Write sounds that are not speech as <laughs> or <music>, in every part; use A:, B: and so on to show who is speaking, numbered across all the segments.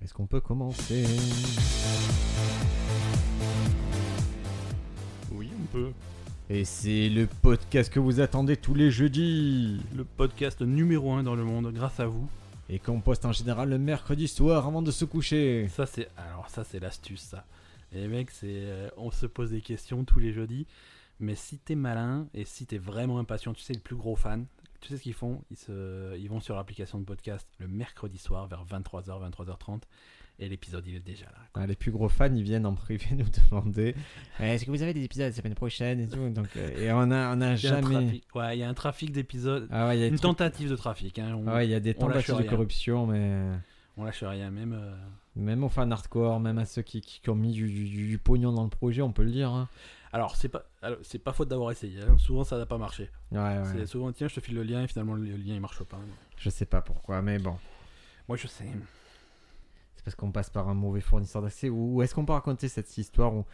A: Est-ce qu'on peut commencer
B: Oui, on peut.
A: Et c'est le podcast que vous attendez tous les jeudis
B: Le podcast numéro 1 dans le monde, grâce à vous.
A: Et qu'on poste en général le mercredi soir avant de se coucher.
B: Ça c'est alors ça c'est l'astuce ça. Les mecs c'est euh, on se pose des questions tous les jeudis, mais si t'es malin et si t'es vraiment impatient, tu sais le plus gros fan, tu sais ce qu'ils font, ils se ils vont sur l'application de podcast le mercredi soir vers 23h 23h30 et l'épisode il est déjà là. quoi.
A: Ah, les plus gros fans, ils viennent en privé nous demander euh, Est-ce que vous avez des épisodes la semaine prochaine et tout Donc, euh, Et on a, on a
B: Il y a un
A: jamais.
B: trafic- ouais, il y a un trafic d'épisodes,
A: Ah ouais, il y a des
B: une
A: trucs-
B: tentative de trafic hein, on,
A: Ah ouais, il y a des
B: on lâche
A: tentatives de
B: rien.
A: corruption, mais.
B: on lâche rien même euh,
A: Même aux fans hardcore, même à ceux qui, qui- qui ont mis du, du- du pognon dans le projet, on peut le dire. hein.
B: Alors c'est pas alors, c'est pas faute d'avoir essayé, hein. souvent ça n'a pas marché.
A: Ouais, Ah ouais.
B: C'est souvent tiens, je te file le lien et finalement le le lien il marche pas. hein.
A: Je sais pas pourquoi, mais bon.
B: Moi je sais.
A: C'est parce qu'on passe par un mauvais fournisseur d'accès Ou ou est-ce qu'on peut raconter cette histoire où,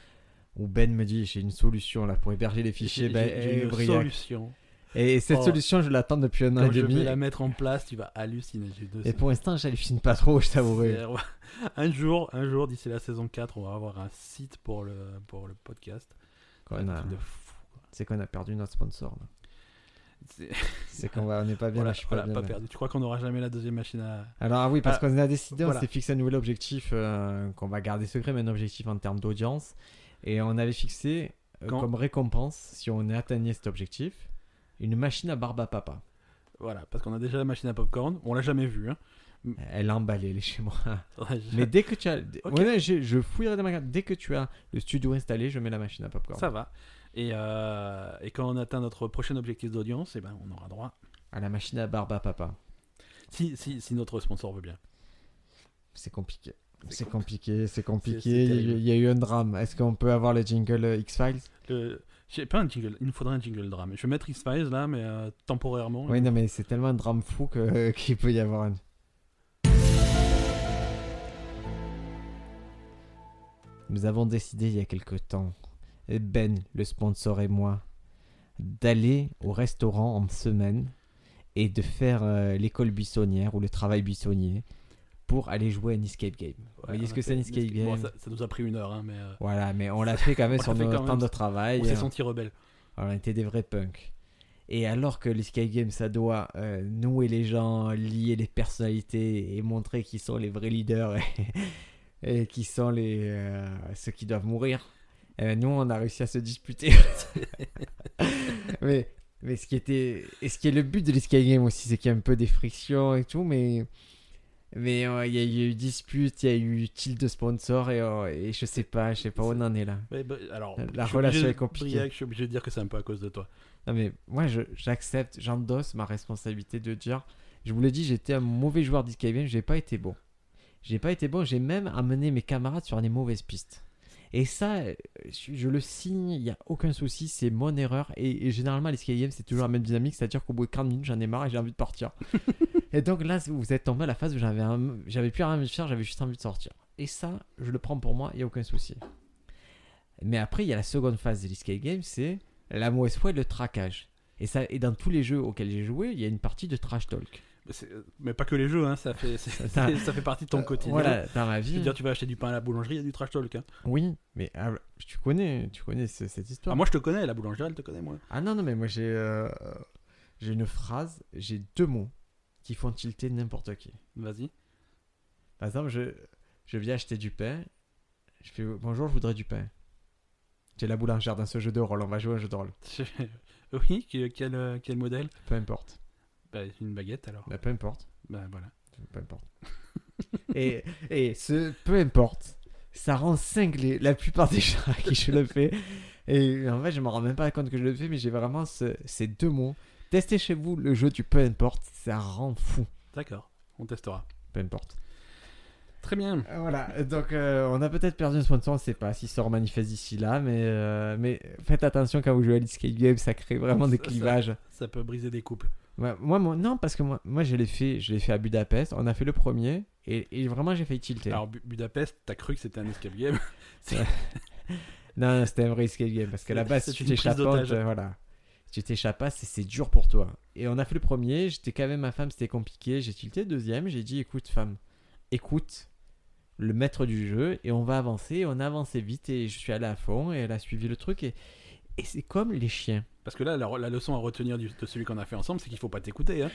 A: où Ben me dit j'ai une solution là pour héberger les fichiers
B: J'ai-
A: ben,
B: j'ai- j'ai
A: eh,
B: une
A: Briac.
B: solution.
A: Et cette
B: Oh.
A: solution, je l'attends depuis un an et
B: Quand je
A: demi.
B: vais la mettre en place, tu vas halluciner. J'ai deux
A: Et pour l'instant, j'hallucine pas trop, je t'avouerai.
B: C'est-à-dire, <laughs> Un jour, un jour d'ici la saison 4, on va avoir un site pour le pour le podcast.
A: Qu'on a-
B: Un truc de fou, quoi.
A: C'est qu'on a perdu notre sponsor. là.
B: C'est-
A: C'est qu'on va... on n'est pas bien
B: Voilà,
A: là, je suis
B: voilà,
A: pas bien,
B: pas
A: là.
B: perdu. Tu crois qu'on aura jamais la deuxième machine à
A: Alors ah oui, parce
B: Ah,
A: qu'on a décidé, on
B: voilà.
A: s'est fixé un nouvel objectif euh, qu'on va garder secret, mais un objectif en termes d'audience. Et on avait fixé euh,
B: Quand-
A: comme récompense, si on atteignait cet objectif, une machine à barbe à papa.
B: voilà parce qu'on a déjà la machine à popcorn. On l'a jamais vue. hein. <laughs>
A: Elle a emballé, les chez moi. <laughs> Mais
B: Je-
A: dès que tu as...
B: Ok.
A: Ouais, ouais, j'ai- je fouillerai dans ma carte. Dès que tu as le studio installé, je mets la machine à popcorn.
B: Ça va. Et, euh, et quand on atteint notre prochain objectif d'audience, eh ben, on aura droit.
A: À Ah, la machine à barbe à papa.
B: Si, si, si notre sponsor veut bien.
A: C'est compliqué.
B: C'est
A: C'est compliqué, c'est compliqué.
B: c'est
A: Il y a
B: terrible.
A: eu- il y a eu un drame. Est-ce qu'on peut avoir le jingle euh, X-Files
B: Le... J'ai pas un jingle, il nous faudrait un jingle drame. Je vais mettre X-Files là, mais euh, temporairement.
A: Oui, non, mais c'est tellement un drame fou que- <laughs> qu'il peut y avoir un. Nous avons décidé il y a quelque temps, et Ben, le sponsor et moi, d'aller au restaurant en semaine et de faire euh, l'école buissonnière ou le travail buissonnier pour aller jouer à une escape game. Vous voyez ce
B: on a
A: que
B: fait
A: c'est une escape
B: une escape-
A: game
B: bon, ça, ça nous a pris une heure, hein, mais euh,
A: Voilà, mais on l'a fait quand même
B: <laughs> On
A: sur
B: l'a fait
A: notre
B: quand
A: temps
B: même.
A: de travail.
B: on s'est
A: Euh,
B: senti rebelle.
A: alors, on était des vrais punks. Et alors que les Sky Games, ça doit euh, nouer les gens, lier les personnalités et montrer qui sont les vrais leaders et, <laughs> et qui sont les, euh, ceux qui doivent mourir, euh, nous, on a réussi à se disputer. <laughs> mais, mais ce qui était. Et ce qui est le but de les Sky Games aussi, c'est qu'il y a un peu des frictions et tout, mais. Mais euh, il y, a- il y a eu dispute, il y a eu tilt de sponsor et, euh, et je sais pas, je sais pas où on en est là.
B: Mais, bah, alors,
A: La- la
B: je suis obligé
A: relation
B: de-
A: est compliquée.
B: Briac, je suis obligé de dire que c'est un peu à cause de toi.
A: Non mais moi je- j'accepte, j'endosse ma responsabilité de dire, je vous l'ai dit, j'étais un mauvais joueur d'escape game, j'ai pas été bon. J'ai pas été bon, j'ai même amené mes camarades sur des mauvaises pistes. Et ça, euh, je, je le signe, il n'y a aucun souci, c'est mon erreur. Et, et généralement, les escape games, c'est toujours la même dynamique, c'est-à-dire qu'au bout de 40 minutes, j'en ai marre et j'ai envie de partir. et donc là, vous êtes tombé à la phase où j'avais un- j'avais plus rien à faire, j'avais juste envie de sortir. Et ça, je le prends pour moi, il n'y a aucun souci. Mais après, il y a la seconde phase de l'escape game, c'est la mauvaise foi et le traquage. Et, ça, et dans tous les jeux auxquels j'ai joué, il y a une partie de trash talk.
B: Mais, c'est- mais pas que les jeux, hein, ça, fait, c'est-
A: <laughs>
B: c'est-
A: Ça-
B: ça, fait partie de ton
A: Euh,
B: quotidien.
A: Voilà, dans ma
B: Je veux
A: vie.
B: dire, tu vas acheter du pain à la boulangerie, il y a du trash talk. hein.
A: Oui, mais ah, tu connais, tu connais ce- cette histoire.
B: Ah, moi, je te connais, la boulangerie, elle te connaît, moi.
A: Ah non, non, mais moi j'ai euh, j'ai une phrase, j'ai deux mots qui font tilter n'importe qui.
B: Vas-y. <laughs>
A: Par exemple, je, je viens acheter du pain. Je fais bonjour, je voudrais du pain. J'ai la boulangère dans ce jeu de rôle, on va jouer à un jeu de rôle.
B: oui, que- quel, euh, quel modèle
A: Peu importe.
B: Bah, Une baguette, alors.
A: Bah, peu importe.
B: Bah, voilà.
A: Peu importe. <laughs> et, et ce peu importe, ça rend cinglé la plupart des gens à qui je le fais. Et en fait, je me rends même pas compte que je le fais, mais j'ai vraiment ce- ces deux mots. Testez chez vous le jeu du peu importe, ça rend fou.
B: D'accord, on testera.
A: Peu importe.
B: Très bien.
A: Euh, Voilà, <laughs> donc euh, on a peut-être perdu un sponsor, on ne sait pas s'il se remanifeste d'ici là, mais, euh, mais faites attention quand vous jouez à l'escape game, ça crée <laughs> vraiment des
B: Ça, ça-
A: clivages.
B: Ça peut briser des couples.
A: Ouais, moi, moi- non, parce que moi, moi je l'ai fait, je l'ai fait à Budapest, on a fait le premier, et, et vraiment j'ai failli tilter.
B: Alors, Bu- Budapest, t'as cru que c'était un escape game <laughs>
A: Non, non, c'était un vrai escape game parce qu'à la
B: C'est-
A: base,
B: c'est
A: si tu
B: une prise
A: t'échappes,
B: d'otage.
A: euh, voilà. Si tu t'échappes pas, c'est- c'est dur pour toi. Et on a fait le premier, j'étais quand même ma femme, c'était compliqué. J'ai tilté le deuxième, j'ai dit écoute, femme, écoute, le maître du jeu et on va avancer. On a avancé vite et je suis allé à fond et elle a suivi le truc. Et, et c'est comme les chiens. <laughs>
B: Parce que là, la, la leçon à retenir du- de celui qu'on a fait ensemble, c'est qu'il faut pas t'écouter. hein.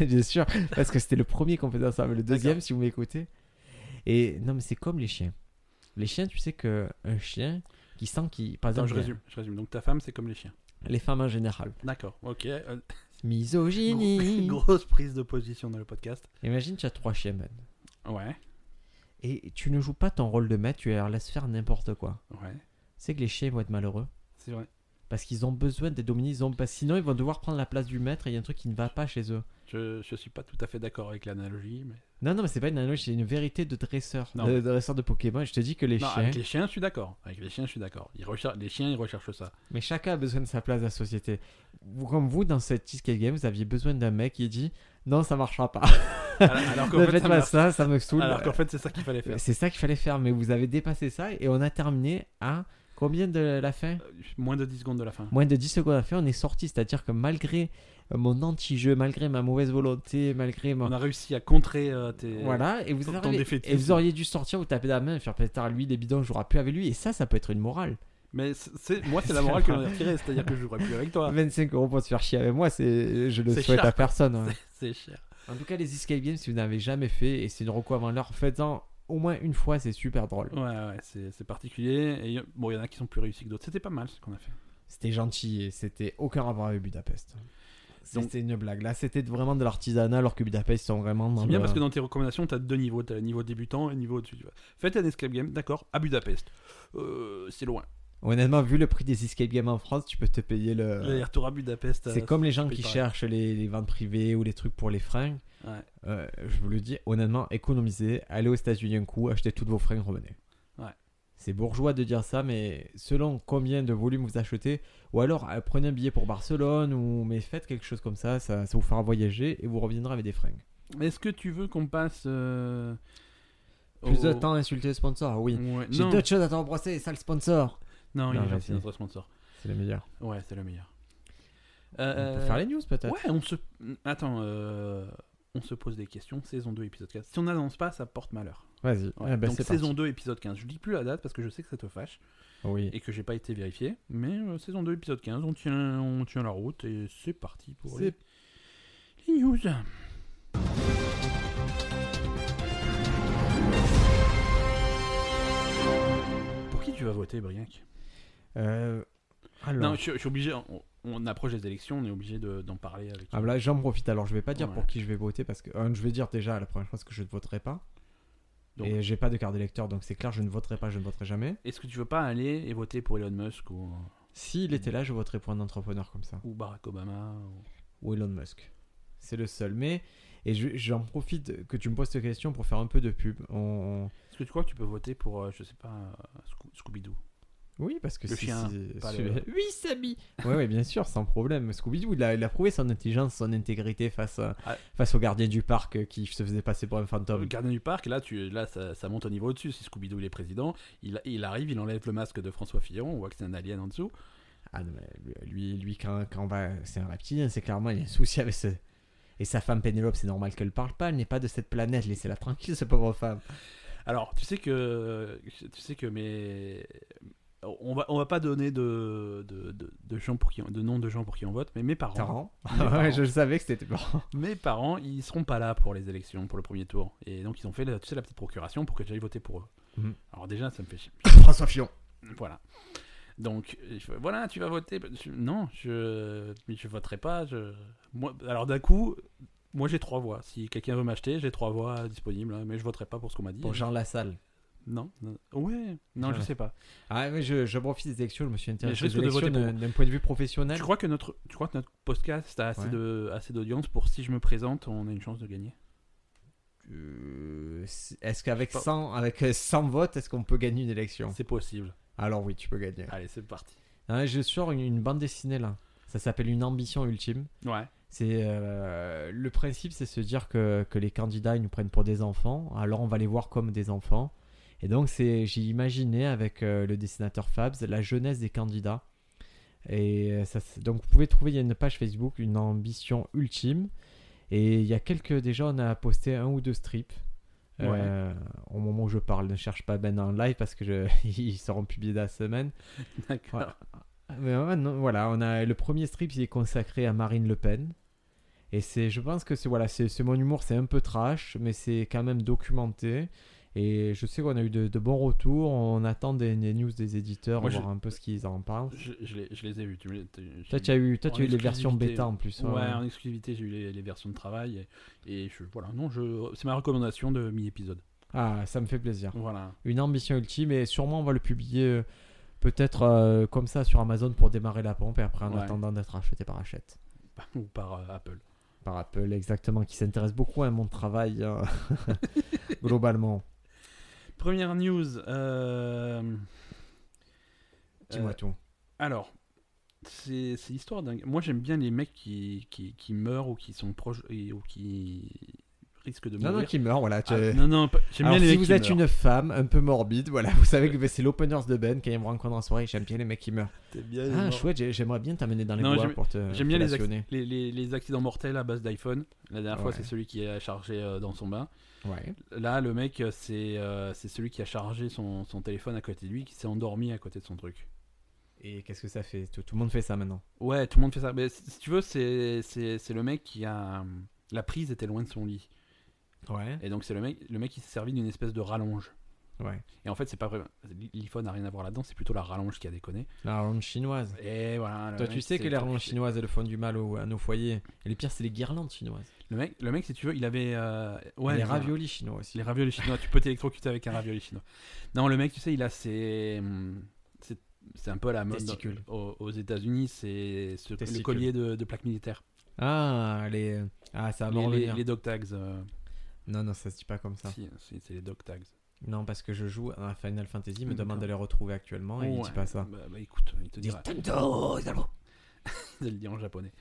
A: Bien sûr, parce que c'était le premier qu'on faisait ensemble, le deuxième
B: D'accord.
A: si vous m'écoutez. Et non, mais c'est comme les chiens. Les chiens, tu sais que un chien qui sent qu'il. Par
B: Attends,
A: exemple,
B: je résume, je résume. Donc ta femme, c'est comme les chiens.
A: les femmes en général.
B: D'accord, ok. Euh,
A: Misogynie.
B: gros- <laughs> grosse prise de position dans le podcast.
A: Imagine, tu as trois chiens, man.
B: Ouais,
A: Et tu ne joues pas ton rôle de maître, tu les laisses faire n'importe quoi.
B: ouais,
A: C'est que les chiens vont être malheureux.
B: c'est vrai.
A: Parce qu'ils ont besoin d'être dominés, ils ont... parce que sinon ils vont devoir prendre la place du maître et il y a un truc qui ne va pas chez eux.
B: Je, je suis pas tout à fait d'accord avec l'analogie, mais.
A: Non, non, mais c'est pas une analogie, c'est une vérité de dresseur.
B: Non.
A: De, de dresseur de Pokémon, je te dis que les
B: Non,
A: chiens.
B: avec les chiens, je suis d'accord. Avec les chiens, je suis d'accord. Ils recher- Les chiens, ils recherchent
A: <laughs>
B: ça.
A: Mais chacun a besoin de sa place dans la société. Vous, comme vous, dans cette Cheesecake Game, vous aviez besoin d'un mec qui dit Non, ça marchera pas.
B: Alors, alors
A: <laughs>
B: qu'en
A: Ne
B: fait,
A: faites
B: ça
A: pas
B: marche.
A: ça, ça me saoule.
B: Alors qu'en fait, c'est ça qu'il
A: <laughs>
B: fallait faire.
A: C'est ça qu'il fallait faire, mais vous avez dépassé ça et on a terminé à combien de la fin
B: Euh, Moins de 10 secondes de la fin.
A: Moins de 10 secondes à la fin, on est sorti. C'est-à-dire que malgré euh, mon anti-jeu, malgré ma mauvaise volonté, malgré mon.
B: On a réussi à contrer euh, tes.
A: Voilà, et vous,
B: Ton- ton
A: arrivez-
B: défaitisme.
A: et vous auriez dû sortir, vous taper dans la main, et faire pétard lui, des bidons, je n'aurai plus avec lui, et ça, ça peut être une morale.
B: Mais c'est- c'est- moi, c'est la morale que j'en ai retirée. C'est-à-dire que je jouerai plus
A: <laughs>
B: avec toi.
A: 25 euros pour se faire chier avec moi, c'est, je le
B: Ah. C'est
A: souhaite
B: cher.
A: à personne.
B: <laughs>
A: hein.
B: C'est cher.
A: En tout cas, les escape games, si vous n'avez jamais fait, et c'est une reco avant l'heure, faites-en au moins une fois, c'est super drôle.
B: Ouais, ouais, c'est c'est particulier. Et y a- bon, il y en a qui sont plus réussis que d'autres. C'était pas mal ce qu'on a fait.
A: C'était gentil et c'était aucun rapport avec Budapest.
B: Donc-
A: C'était une blague. Là, c'était vraiment de l'artisanat, alors que Budapest ils sont vraiment dans
B: C'est bien
A: le-
B: parce que dans tes recommandations, tu as deux niveaux. Tu as le niveau débutant et le niveau au-dessus. tu vois. Faites un escape game, d'accord, à Budapest. Euh, c'est loin.
A: Honnêtement, vu le prix des escape games en France, tu peux te payer le.
B: L'aller-retour à Budapest.
A: Euh. C'est
B: euh,
A: comme les gens
B: paye
A: qui
B: pareil.
A: cherchent les, les ventes privées ou les trucs pour les fringues.
B: Ouais.
A: Euh, je vous le dis honnêtement, économisez, allez aux États-Unis un coup, achetez toutes vos fringues, revenez.
B: Ouais.
A: C'est bourgeois de dire ça, mais selon combien de volume vous achetez, ou alors euh, prenez un billet pour Barcelone, ou mais faites quelque chose comme ça, ça, ça vous fera voyager et vous reviendrez avec des fringues.
B: Est-ce que tu veux qu'on passe. euh,
A: Plus
B: au-
A: de temps à insulter le sponsor, oui.
B: Ouais,
A: J'ai
B: non,
A: d'autres choses à t'embrasser, ça le sponsor.
B: non, il
A: Non,
B: est gentil,
A: vas-y.
B: notre sponsor.
A: C'est le meilleur.
B: Ouais, c'est le meilleur.
A: On
B: Euh,
A: peut faire les news peut-être.
B: Ouais, on se. Attends, euh, on se pose des questions. Saison 2, épisode 15. Si on n'annonce pas, ça porte malheur.
A: Vas-y.
B: Ouais,
A: Eh ben,
B: Donc,
A: c'est
B: saison
A: parti.
B: 2, épisode 15. Je dis plus la date parce que je sais que ça te fâche
A: Oui.
B: et que j'ai pas été vérifié. Mais euh, saison 2, épisode 15, on tient, on tient la route et c'est parti pour les,
A: C'est-
B: les news. Pour qui tu vas voter, Briac
A: Euh, Alors.
B: Non, je, je suis obligé. On, on approche des élections, on est obligé de- d'en parler avec.
A: Ah, là, j'en profite. Alors, je vais pas dire
B: Ouais.
A: pour qui je vais voter parce que un, je vais dire déjà la première chose que je ne voterai pas.
B: Donc.
A: Et j'ai pas de carte d'électeur, donc c'est clair, je ne voterai pas, je ne voterai jamais.
B: Est-ce que tu veux pas aller et voter pour Elon Musk ou,
A: S'il
B: Mm.
A: était là, je voterais pour un entrepreneur comme ça.
B: ou Barack Obama ou-
A: Ou Elon Musk. C'est le seul. Mais, et je- j'en profite que tu me poses cette question pour faire un peu de pub. On- on-
B: Est-ce que tu crois que tu peux voter pour, euh, je sais pas, euh, Scoo- Scooby-Doo
A: Oui, parce que
B: Le
A: si-
B: chien,
A: si-
B: pas
A: si-
B: le-
A: Oui, Samy Oui, ouais, bien sûr, sans problème. Scooby-Doo, il, a- il a prouvé son intelligence, son intégrité face, à-
B: Ah.
A: face au gardien du parc euh, qui se faisait passer pour un
B: Le
A: fantôme.
B: Euh, gardien du parc, là, tu, là ça, ça monte au niveau au-dessus. Si Scooby-Doo il est président, il, il arrive, il enlève le masque de François Fillon, on voit que c'est un alien en dessous.
A: Ah non, mais lui, lui quand, quand on va, c'est un reptilien, c'est clairement, il y a un souci avec ce... Et sa femme Pénélope, c'est normal qu'elle parle pas, elle n'est pas de cette planète, laissez-la tranquille, cette pauvre femme.
B: Alors, tu sais que. Tu sais que mes. On va, on va pas donner de, de, de, de gens pour qui, on- de nom de gens pour qui on vote, mais mes parents.
A: Tarant.
B: Mes
A: <laughs>
B: parents.
A: ouais, je le savais que c'était
B: <laughs>
A: bon.
B: Mes parents, ils seront pas là pour les élections, pour le premier tour. Et donc, ils ont fait, la- tu sais, la petite procuration pour que j'aille voter pour eux.
A: Mhm.
B: Alors, déjà, ça me fait chier.
A: François Fillon.
B: Voilà. Donc, euh, je fais, voilà, tu vas voter. Je- non, je je voterai pas. Je... Moi, alors, d'un coup, moi, j'ai trois voix. Si quelqu'un veut m'acheter, j'ai trois voix disponibles, hein, mais je voterai pas pour ce qu'on m'a dit.
A: Pour Jean Lassalle.
B: Non, non. Ouais, non, je
A: Ouais.
B: sais pas.
A: Ah mais je, je profite des élections, je me suis intéressé
B: Mais je
A: aux
B: risque de voter
A: élections d'un d'un point de vue professionnel.
B: Tu crois que notre, tu crois que notre podcast a assez
A: Ouais.
B: de assez d'audience pour si je me présente, on a une chance de gagner
A: Euh, c'est- Est-ce qu'avec
B: Je sais pas.
A: 100, avec euh, 100 votes, est-ce qu'on peut gagner une élection
B: C'est possible.
A: Alors oui, tu peux gagner.
B: Allez, c'est parti.
A: Ah, je sors une, une bande dessinée là. Ça s'appelle Une ambition ultime.
B: Ouais. <laughs>
A: C'est euh, le principe, c'est se dire que, que les candidats ils nous prennent pour des enfants. Alors on va les voir comme des enfants. Et donc c'est, j'ai imaginé avec euh, le dessinateur Fabs la jeunesse des candidats. Et euh, ça, c'est- donc vous pouvez trouver, il y a une page Facebook, une ambition ultime. Et il y a quelques déjà, on a posté un ou deux strips. euh, au moment où je parle. Ne cherche pas Ben en live parce que je... <laughs> il sera en publié la semaine.
B: D'accord.
A: Voilà. Mais ouais, non, voilà, on a le premier strip il est consacré à Marine Le Pen. Et c'est, je pense que c'est voilà, c'est c'est mon humour, c'est un peu trash, mais c'est quand même documenté. Et je sais qu'on a eu de, de bons retours. On attend des, des news des éditeurs,
B: Moi, je-
A: voir un peu ce qu'ils en pensent.
B: Je, je les, je les ai vus. Tu, me les- tu- je-
A: Toi, tu as euh, eu, toi,
B: en
A: tu as eu les versions
B: exclusivité.
A: bêta en plus.
B: Ouais,
A: ouais, ouais.
B: en exclusivité, j'ai eu les, les versions de travail. Et, et je, voilà, non, je, c'est ma recommandation de mi-épisode.
A: Ah, ça me fait plaisir.
B: Voilà.
A: Une ambition ultime et sûrement on va le publier euh, peut-être euh, comme ça sur Amazon pour démarrer la pompe et après en
B: Ouais.
A: attendant d'être acheté par Hachette.
B: Ou par euh, Apple.
A: Par Apple, exactement, qui s'intéresse beaucoup à mon travail
B: <laughs>
A: hein, globalement.
B: Première news. euh,
A: Dis-moi
B: euh,
A: tout.
B: Alors, c'est c'est l'histoire d'un. Moi, j'aime bien les mecs qui, qui, qui meurent ou qui sont proches et- ou qui risquent de
A: Euh, Non, non,
B: mourir.
A: qui meurt, voilà. tu-
B: Ah, non, non, pas- j'aime bien
A: Alors,
B: les
A: si
B: mecs
A: vous
B: qui
A: êtes
B: meurent.
A: une femme un peu morbide, voilà, vous savez que c'est l'openers de Ben quand il me rencontre en soirée, j'aime bien les mecs qui meurent. Ah, chouette, j'ai- j'aimerais bien t'amener dans les
B: Non,
A: bois
B: j'aime-
A: pour te.
B: J'aime bien les, acc-
A: actionner.
B: les, les- les accidents mortels à base d'iPhone. La dernière fois,
A: Ouais.
B: c'est celui qui a chargé euh, dans son bain.
A: Ouais.
B: Là, le mec, euh, c'est euh, c'est celui qui a chargé son, son téléphone à côté de lui, qui s'est endormi à côté de son truc.
A: Et qu'est-ce que ça fait tout, tout le monde fait ça maintenant.
B: Ouais, tout le monde fait ça. Mais si si tu veux, c'est c'est- c'est le mec qui a. La prise était loin de son lit.
A: Ouais.
B: Et donc, c'est le mec, le mec qui s'est servi d'une espèce de rallonge.
A: Ouais.
B: Et en fait, c'est pas vrai. L'iPhone n'a rien à voir là-dedans, c'est plutôt la rallonge qui a déconné.
A: La ronde chinoise.
B: Et voilà. le
A: Toi,
B: mec,
A: tu sais
B: c'est-
A: que les rondes chinoises, elles font du mal au- à nos foyers. Et le pire, c'est les guirlandes chinoises.
B: Le mec, le mec, si tu veux, il avait. euh, Ouais,
A: les
B: il a-
A: raviolis chinois aussi.
B: Les raviolis chinois, tu peux t'électrocuter avec un ravioli chinois. Non, le mec, tu sais, il a ses. hum, C'est c'est un peu à la mode.
A: Testicules.
B: Aux, aux États-Unis, c'est ce- le
A: Testicules.
B: collier de, de plaques militaires.
A: Ah, les. Ah, ça va m'en
B: Les, les,
A: revenir.
B: les dog tags. euh,
A: Non, non, ça se dit pas comme ça.
B: si, si, c'est les dog tags.
A: Non, parce que je joue à Final Fantasy, il me demande
B: D'accord.
A: de les retrouver actuellement et il
B: Ouais,
A: dit pas ça.
B: Bah, bah, écoute, il te dira.
A: oh,
B: Il te le dit en japonais.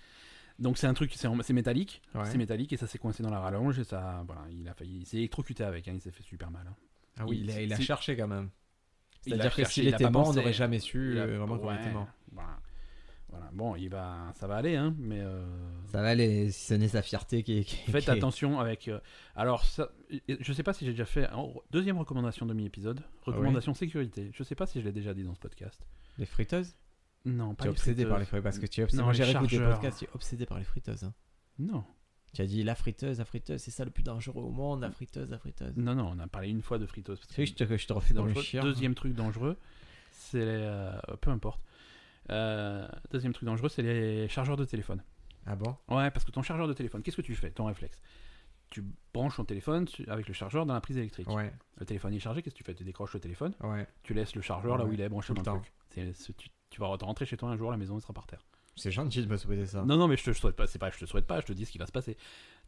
B: Donc c'est un truc, c'est en- c'est métallique,
A: Ouais.
B: c'est métallique et ça s'est coincé dans la rallonge et ça, voilà, il a failli, il s'est électrocuté avec, hein, il s'est fait super mal. hein.
A: Ah oui, il a, il a
B: C'est-
A: cherché quand même.
B: Il a
A: C'est-à-dire que
B: cherché,
A: s'il
B: il a
A: était
B: pas
A: mort, on
B: pensé.
A: n'aurait jamais su
B: Il a-
A: euh, vraiment qu'on
B: ouais,
A: était mort.
B: Voilà. Voilà. Bon, il va, ça va aller, hein, mais. euh,
A: Ça va aller, si ce n'est sa fierté qui est. qui-
B: Faites
A: qui est-
B: attention avec. euh, Alors, ça, je sais pas si j'ai déjà fait. oh, Deuxième recommandation de mi-épisode.
A: Ah
B: Recommandation sécurité. Je sais pas si je l'ai déjà dit dans ce podcast.
A: Les friteuses
B: Non, pas
A: Tu es
B: les
A: obsédé
B: friteuses.
A: par les friteuses parce que tu es obsédé.
B: Non,
A: Moi,
B: les
A: j'ai réécouté des
B: chargeurs.
A: podcasts, tu es obsédé par les friteuses. hein.
B: Non,
A: Tu as dit la friteuse, la friteuse, c'est ça le plus dangereux au monde, la friteuse, la friteuse.
B: non, non. On a parlé une fois de fritos. parce que
A: Tu sais que je te, que je te
B: c'est
A: refais dans le
B: dangereux.
A: chien.
B: Deuxième truc dangereux, c'est euh, peu importe. Euh, deuxième truc dangereux, c'est les chargeurs de téléphone.
A: Ah bon
B: Ouais, parce que ton chargeur de téléphone, qu'est-ce que tu fais Ton réflexe. Tu branches ton téléphone tu- avec le chargeur dans la prise électrique.
A: Ouais,
B: Le téléphone est chargé, qu'est-ce que tu fais Tu décroches le téléphone,
A: ouais.
B: tu laisses le chargeur là où
A: Ouais,
B: il est branché
A: tout le
B: dans le
A: temps.
B: truc. C'est- c'est- tu, tu vas rentrer chez toi un jour, la maison elle sera par terre.
A: C'est gentil de me souhaiter ça.
B: Non, non, mais je te je souhaite pas, c'est pas, je te souhaite pas, je te dis ce qui va se passer.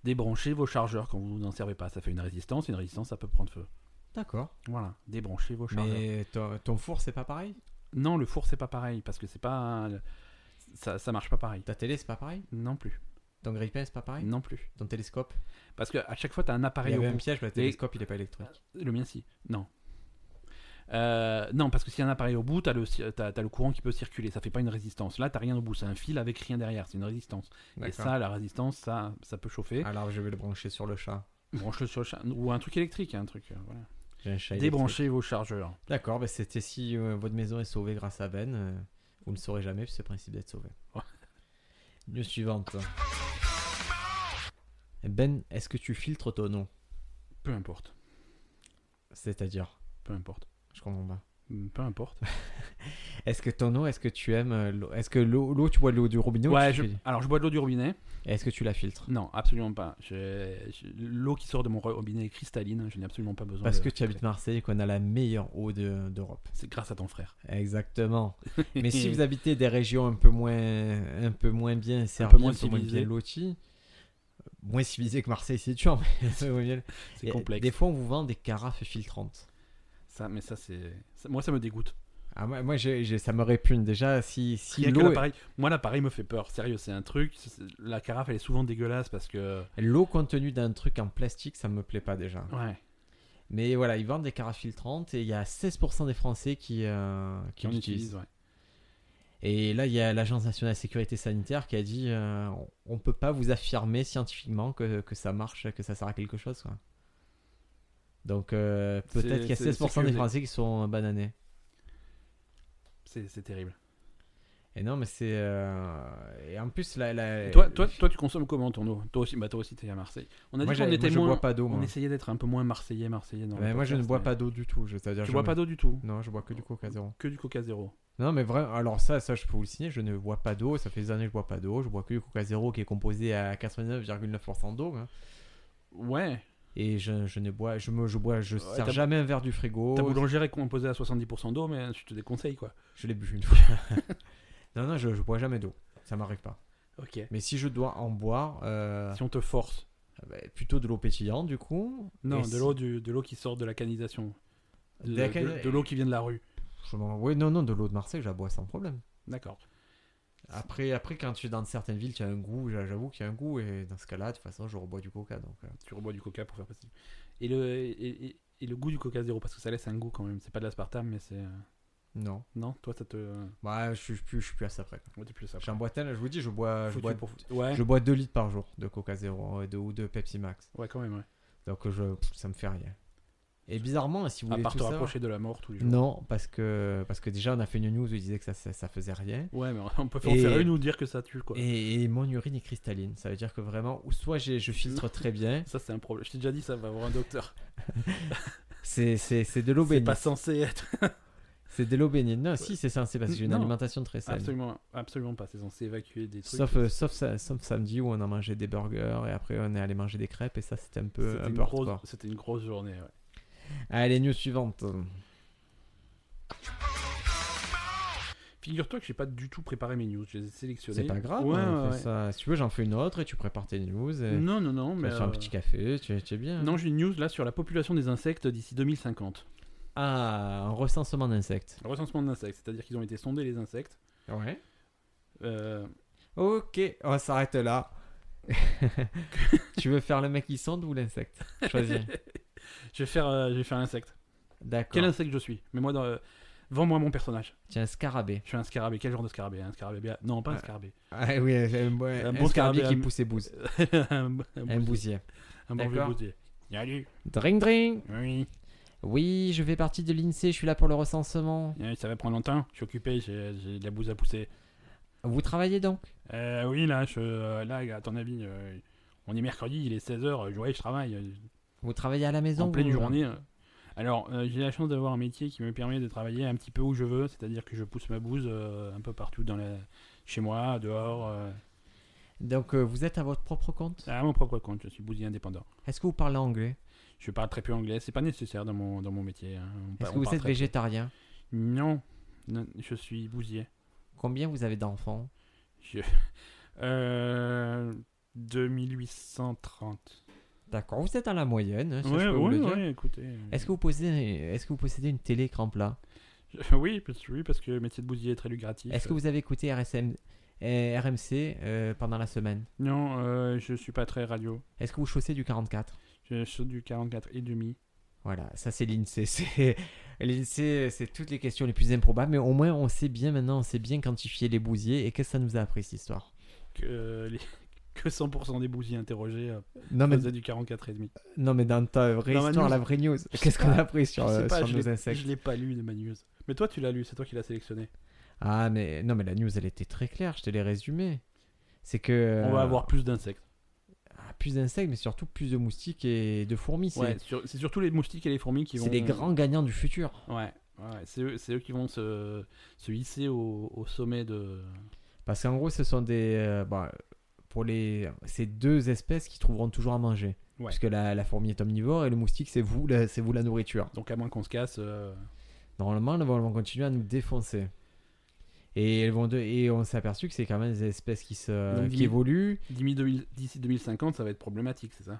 B: Débranchez vos chargeurs quand vous n'en servez pas, ça fait une résistance, une résistance ça peut prendre feu.
A: D'accord.
B: Voilà, débranchez vos chargeurs.
A: Mais ton, ton four, c'est pas pareil
B: Non, le four c'est pas pareil parce que c'est pas, ça, ça marche pas pareil.
A: Ta télé, c'est pas pareil
B: Non plus,
A: Ton grille-pain, c'est pas pareil
B: non plus.
A: Ton télescope
B: Parce que à chaque fois t'as un
A: Il y
B: appareil au
A: avait
B: bout.
A: un piège, le télescope, il est pas électrique.
B: Le mien, si. Non. Euh, non, parce que s'il y a un appareil au bout, t'as le, ci- t'as- t'as le courant qui peut circuler. Ça fait pas une résistance. Là, t'as rien au bout. C'est un fil avec rien derrière. C'est une résistance. Et
A: D'accord. Ah.
B: ça, la résistance, ça, ça peut chauffer.
A: Alors, je vais le brancher sur le chat.
B: Branche-le sur le chat. Ou un truc électrique. Un truc, euh, voilà.
A: J'ai un chat électrique.
B: Débranchez vos chargeurs.
A: D'accord, bah c'était si euh, votre maison est sauvée grâce à Ben, euh, vous ne le saurez jamais, puis c'est le principe d'être sauvé.
B: Ouais.
A: News suivante. Ben, est-ce que tu filtres ton nom
B: Peu importe.
A: C'est-à-dire,
B: Peu importe.
A: je comprends pas.
B: Hum,
A: <laughs>
B: Peu importe.
A: Est-ce que ton eau, est-ce que tu aimes euh, l'eau Est-ce que l'eau, l'eau, tu bois de l'eau du robinet ou
B: ouais,
A: tu
B: je-
A: fais-
B: alors je bois de l'eau du robinet.
A: Est-ce que tu la filtres
B: Non, absolument pas. Je- je- L'eau qui sort de mon robinet est cristalline. Je n'ai absolument pas besoin
A: Parce que
B: de-
A: tu habites Marseille et qu'on a la meilleure eau de- d'Europe.
B: C'est grâce à ton frère.
A: Exactement. Mais si
B: <laughs>
A: vous habitez des régions un peu moins, un peu moins bien servies,
B: moins
A: un peu moins
B: civilisées.
A: bien loties, euh, moins civilisées que Marseille, c'est sûr, mais <laughs> un peu moins bien-
B: C'est
A: Et
B: complexe.
A: Des fois, on vous vend des carafes filtrantes.
B: Ça, mais ça, c'est. ça- Moi, ça me dégoûte.
A: Ah, moi, moi, j'ai- j'ai- ça me répugne. Déjà, si, si
B: Rien que
A: l'eau
B: l'appareil- Moi, l'appareil me fait peur. Sérieux, c'est un truc. c'est- La carafe, elle est souvent dégueulasse parce que.
A: l'eau contenue d'un truc en plastique, ça me plaît pas déjà.
B: Ouais.
A: Mais voilà, ils vendent des carafes filtrantes et il y a 16% des Français qui, euh, qui
B: Qui en
A: l'utilisent.
B: utilise, ouais.
A: Et là, il y a l'Agence nationale de sécurité sanitaire qui a dit euh, on- on peut pas vous affirmer scientifiquement que, que ça marche, que ça sert à quelque chose. quoi. Donc euh,
B: C'est-
A: peut-être qu'il y a
B: c'est-
A: 16%
B: c'est
A: des
B: que-
A: Français qui sont euh, bananés.
B: C'est c'est terrible.
A: Et non, mais c'est. euh, Et en plus, la. la-
B: Et toi, toi, toi, tu consommes comment ton eau Toi aussi, bah, toi aussi, t'es à Marseille. On a
A: moi,
B: dit qu'on
A: j'ai-
B: était
A: moi, je
B: moins.
A: bois pas d'eau.
B: on
A: Moi,
B: essayait d'être un peu moins marseillais, marseillais. Dans le
A: Mais moi je ne
B: podcast,
A: bois
B: mais-
A: pas d'eau du tout. Je veux dire,
B: Tu
A: je
B: bois
A: me-
B: pas d'eau du tout.
A: Non, je bois que du coca zéro.
B: Que du Coca Zéro.
A: Non, mais vraiment, alors ça, ça, je peux vous le signer, je ne bois pas d'eau, ça fait des années que je bois pas d'eau, je bois que du coca zéro qui est composé à 89,9% d'eau. hein.
B: Ouais.
A: Et je, je ne bois, je me, je bois, je
B: Ouais,
A: sers
B: t'as-
A: jamais un verre du frigo.
B: Ta boulangère est composée à 70% d'eau, mais je te déconseille quoi.
A: Je l'ai bu une fois. <laughs> non, non, je, je bois jamais d'eau, ça m'arrive pas.
B: Ok.
A: Mais si je dois en boire, euh,
B: Si on te force.
A: bah, plutôt de l'eau pétillante du coup.
B: Non,
A: Et
B: de
A: si-
B: l'eau du- de l'eau qui sort de la canisation. De,
A: De la can-
B: de- de l'eau qui vient de la rue.
A: je m'en- Oui, non, non, de l'eau de Marseille, je la bois sans problème.
B: D'accord.
A: Après, après, quand tu es dans certaines villes, tu as un goût, j'a- j'avoue qu'il y a un goût, et dans ce cas-là, de toute façon, je rebois du coca. Donc, euh,
B: Tu rebois du Coca pour faire passer. Et le, et, et- et le goût du Coca Zéro, parce que ça laisse un goût quand même. C'est pas de l'aspartame, mais c'est. euh,
A: non.
B: Non, toi, ça te.
A: Bah, je suis plus, je suis plus à ça près.
B: Ouais, t'es plus ça.
A: J'en bois tellement, je vous dis, je bois, je
B: Foutu
A: bois,
B: pour foutu. Ouais.
A: je bois 2 litres par jour de Coca Zéro euh, de, ou de Pepsi Max.
B: Ouais, quand même. Ouais.
A: Donc euh, je, pff, ça me fait rien. Et bizarrement, si vous
B: À
A: voulez
B: part
A: tout
B: te
A: savoir-
B: rapprocher de la mort tous les jours.
A: Non, parce que, parce que déjà, on a fait une news où ils disaient que ça, ça, ça faisait rien.
B: Ouais, mais on peut en
A: Et-
B: faire une ou dire que ça tue quoi.
A: Et, et mon urine est cristalline. Ça veut dire que vraiment, ou soit j'ai- je filtre
B: <laughs>
A: très bien,
B: Ça, c'est un problème. Je t'ai déjà dit, ça va avoir un docteur.
A: c'est c'est- c'est de l'eau
B: C'est pas
A: bénie.
B: censé être.
A: C'est de l'eau bénie. Non, si, c'est censé, parce que j'ai une
B: Non.
A: alimentation très saine.
B: Absolument, absolument pas. C'est censé évacuer des trucs.
A: Sauf, euh, sauf, sa- sauf samedi où on a mangé des burgers et après on est allé manger des crêpes et ça c'était un peu,
B: C'était
A: un
B: une
A: peu
B: grosse-
A: hardcore.
B: C'était une grosse journée. ouais.
A: Allez, news suivante.
B: Figure-toi que j'ai pas du tout préparé mes news. Je les ai sélectionnées.
A: C'est pas grave, hein,
B: Ouais,
A: on
B: ouais,
A: fait
B: ouais.
A: ça. si tu veux j'en fais une autre et tu prépares tes news. Et...
B: Non, non, non.
A: tu
B: Mais
A: vas faire un
B: euh,
A: petit hein. café, tu, tu es bien.
B: Non, j'ai une news là sur la population des insectes d'ici 2050.
A: Ah, un recensement d'insectes.
B: Le recensement d'insectes, c'est-à-dire qu'ils ont été sondés les insectes.
A: Ouais.
B: Euh,
A: Ok, on s'arrête
B: <laughs>
A: là. tu veux faire le mec qui sonde ou l'insecte Choisis.
B: je vais faire, euh, je vais faire l'insecte. Quel
A: D'accord.
B: insecte je suis Mais moi, dans, euh, vends-moi mon personnage.
A: Tiens, un scarabée.
B: Je suis un scarabée. Quel genre de scarabée Un scarabée bien- Non, pas un
A: Ah. <laughs>
B: scarabée.
A: Ah oui, un,
B: Un
A: un
B: bon
A: scarabée
B: scarabée,
A: qui
B: un-
A: pousse ses bouses. Un
B: un bousier.
A: bousier.
B: Un bon vieux
A: D'accord.
B: bousier. Salut.
A: Dring dring
B: Oui.
A: Oui, je fais partie de l'INSEE, je suis là pour le recensement.
B: Eh, Ça va prendre longtemps. Je suis occupé. J'ai j'ai de la bouse à pousser.
A: Vous travaillez donc
B: Euh, oui, là, je, euh, là, à ton avis, euh, on est mercredi, il est 16h. Je, ouais, je travaille. euh,
A: Vous travaillez à la maison
B: en pleine
A: vous
B: journée. euh. Alors, euh, j'ai la chance d'avoir un métier qui me permet de travailler un petit peu où je veux, c'est-à-dire que je pousse ma bouse euh, un peu partout dans la... chez moi, dehors, euh,
A: Donc euh, vous êtes à votre propre compte
B: à mon propre compte. Je suis bousier indépendant.
A: Est-ce que vous parlez anglais
B: Je parle très peu anglais, c'est pas nécessaire dans mon, dans mon métier. hein. On par-
A: Est-ce que
B: on
A: vous
B: parle
A: êtes
B: très peu.
A: végétarien
B: Non, non, je suis bousier.
A: Combien vous avez d'enfants
B: Je- <laughs> Euh, 2830.
A: D'accord, vous êtes à la moyenne, hein, ça, je
B: ouais,
A: peux vous le
B: ouais,
A: dire.
B: ouais, écoutez. euh.
A: Est-ce que vous possédez, est-ce que vous possédez une télé écran plat
B: Je- <laughs> Oui, parce, oui, parce que le métier de bousier est très lucratif.
A: Est-ce que vous avez écouté RSM, euh, RMC euh, pendant la semaine
B: Non, euh, je suis pas très radio.
A: Est-ce que vous chaussez du 44
B: Je suis du 44 et demi.
A: Voilà, ça c'est l'INSEE. C'est... L'INSEE, c'est toutes les questions les plus improbables, mais au moins on sait bien maintenant, on sait bien quantifier les bousiers et qu'est-ce que ça nous a appris cette histoire.
B: que, euh, les- <laughs> que 100% des bousiers interrogés euh,
A: Non Ah, mais,
B: faisaient du 44 et demi.
A: non, mais dans ta vraie
B: Dans ma
A: histoire,
B: news-
A: la vraie news,
B: sais
A: qu'est-ce qu'on
B: pas,
A: a appris sur,
B: je
A: euh,
B: sais pas,
A: sur
B: je
A: nos
B: l'ai-
A: insectes
B: je l'ai pas lu de ma news. Mais toi, tu l'as lu, c'est toi qui l'as sélectionné.
A: Ah, mais non, mais la news elle était très claire, je te l'ai résumée. C'est que.
B: On va avoir plus d'insectes.
A: Ah, plus d'insectes, mais surtout plus de moustiques et de fourmis. C'est,
B: Ouais, sur- c'est surtout les moustiques et les fourmis qui
A: c'est
B: vont. euh,
A: les grands gagnants du futur.
B: Ouais, ouais, c'est eux, c'est eux qui vont se, se hisser au, au sommet de.
A: Parce qu'en gros, ce sont des. euh, bah, pour les. Ces deux espèces qui trouveront toujours à manger.
B: Ouais.
A: Parce que la, la fourmi est omnivore et le moustique, c'est vous, la, c'est vous la nourriture.
B: Donc à moins qu'on se casse. euh,
A: Normalement, elles vont continuer à nous défoncer. Et, elles vont de- et on s'est aperçu que c'est quand même des espèces qui, se,
B: Donc,
A: qui
B: dis-
A: évoluent.
B: d'ici 2000 d'ici 2050, ça va être problématique, c'est ça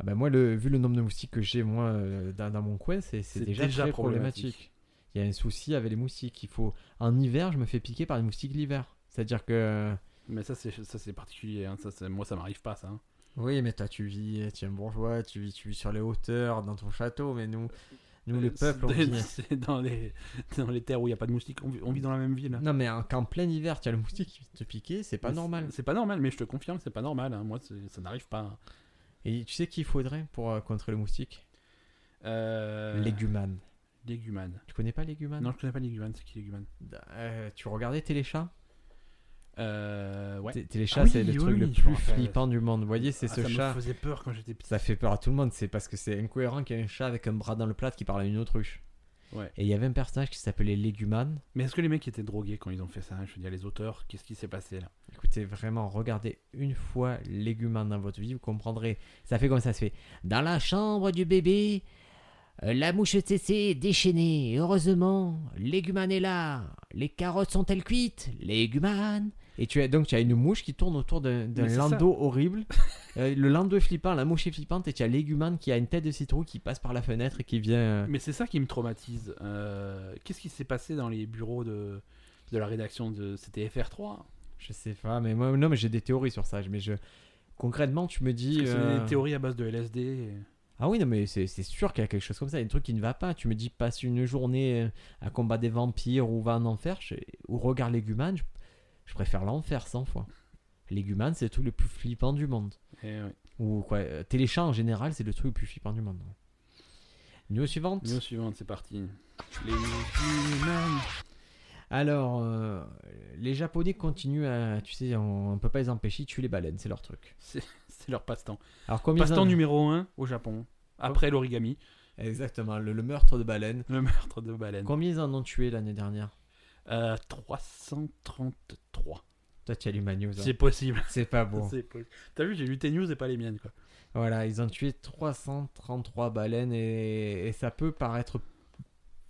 A: Ah ben moi, le, vu le nombre de moustiques que j'ai moi euh, dans, dans mon coin, c'est, c'est déjà, très problématique. Il y a un souci avec les moustiques. Il faut en hiver, je me fais piquer par les moustiques l'hiver. C'est-à-dire que
B: Mais ça, c'est ça, c'est particulier. hein, ça, c'est- moi, ça m'arrive pas, ça. hein.
A: oui, mais toi tu vis, euh, tu es un bourgeois, tu vis, tu vis sur les hauteurs, dans ton château, mais nous, nous le
B: Euh, c'est-
A: peuple, on vit.
B: <laughs> c'est dans les, dans les terres où il n'y a pas de moustiques. On vit, on vit dans la même ville.
A: Non mais en- qu'en plein hiver, tu as le moustique qui te piquer, c'est pas
B: Mais c'est-
A: normal.
B: C'est pas normal, mais je te confirme, c'est pas normal. hein. Moi, c'est- ça n'arrive pas.
A: Et tu sais qu'il faudrait pour euh, contrer le moustique
B: Euh,
A: Légumane.
B: Légumane.
A: Tu connais pas Légumane
B: Non, je connais pas Légumane, c'est qui Légumane
A: Euh, Tu regardais Téléchat
B: euh, Ouais.
A: Té- Téléchat,
B: Ah oui,
A: c'est le
B: oui,
A: truc
B: oui,
A: le
B: je me
A: plus
B: rappelle.
A: flippant du monde. Vous voyez, c'est
B: Ah,
A: ce
B: ça
A: chat.
B: me faisait peur quand j'étais petit.
A: Ça fait peur à tout le monde, c'est parce que c'est incohérent qu'il y ait un chat avec un bras dans le plat qui parle à une autruche.
B: Ouais.
A: Et il y avait un personnage qui s'appelait Légumane.
B: Mais est-ce que les mecs étaient drogués quand ils ont fait ça Je veux dire, les auteurs, qu'est-ce qui s'est passé là
A: Écoutez, vraiment, regardez une fois Légumane dans votre vie, vous comprendrez. Ça fait comme ça se fait. Dans la chambre du bébé, euh, la mouche s'est déchaînée. Heureusement, Légumane est là. Les carottes sont-elles cuites Légumane Et tu as, donc tu as une mouche qui tourne autour d'un d'un
B: Mais c'est
A: landau horrible.
B: <laughs>
A: Euh, le landau est flippant, la mouche est flippante, et tu as Légumane qui a une tête de citrouille qui passe par la fenêtre et qui vient... euh,
B: Mais c'est ça qui me traumatise. Euh, qu'est-ce qui s'est passé dans les bureaux de, de la rédaction de. C'était FR3
A: Je sais pas, mais moi, non, mais j'ai des théories sur ça. Mais je... concrètement, tu me dis.
B: C'est
A: euh,
B: des théories à base de LSD. et-
A: Ah oui, non, mais c'est c'est sûr qu'il y a quelque chose comme ça. Il y a des trucs qui ne va pas. Tu me dis, passe une journée euh, à combattre des vampires ou va en enfer, je- ou regarde Légumane, je... je préfère l'enfer 100 fois. Légumane, c'est le truc le plus flippant du monde.
B: et ouais.
A: Ou quoi euh, Téléchat en général, c'est le truc le plus flippant du monde. News suivante.
B: News suivante, c'est parti. Les humains.
A: Alors, euh, les Japonais continuent à. Tu sais, on ne peut pas les empêcher, ils tuent les baleines, c'est leur truc.
B: C'est c'est leur passe-temps.
A: Alors, combien
B: Passe-temps numéro 1 au Japon. Après l'origami,
A: Exactement, le- le meurtre de baleines.
B: le meurtre de baleine.
A: Combien ils en ont tué l'année dernière
B: Euh, 333.
A: Toi, tu as lu ma news. hein.
B: C'est possible.
A: C'est pas bon.
B: <laughs> C'est possible. T'as vu, j'ai lu tes news et pas les miennes. Quoi.
A: Voilà, ils ont tué 333 baleines et, et ça peut paraître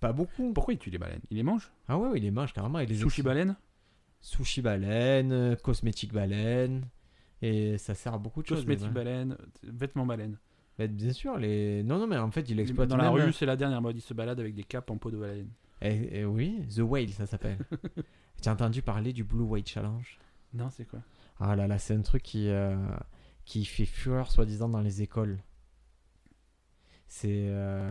A: pas beaucoup.
B: Pourquoi il tue les baleines Il les mange
A: Ah ouais, ouais, il les mange carrément. Il les
B: Sushi baleine
A: Sushi baleine, euh, cosmétique baleine. Et ça sert à beaucoup de choses.
B: Cosmétique
A: les baleines.
B: baleine euh, Vêtements baleine
A: Mais bien sûr, les. Non, non, mais en fait, il exploite
B: Dans la
A: même- euh,
B: rue, c'est la dernière mode. Il se balade avec des capes en peau de baleine.
A: Eh, eh oui, The Whale, ça
B: <laughs>
A: s'appelle. tu as entendu parler du Blue Whale Challenge
B: Non, c'est quoi
A: Ah là là, c'est un truc qui, euh, qui fait fureur, soi-disant, dans les écoles. C'est. euh,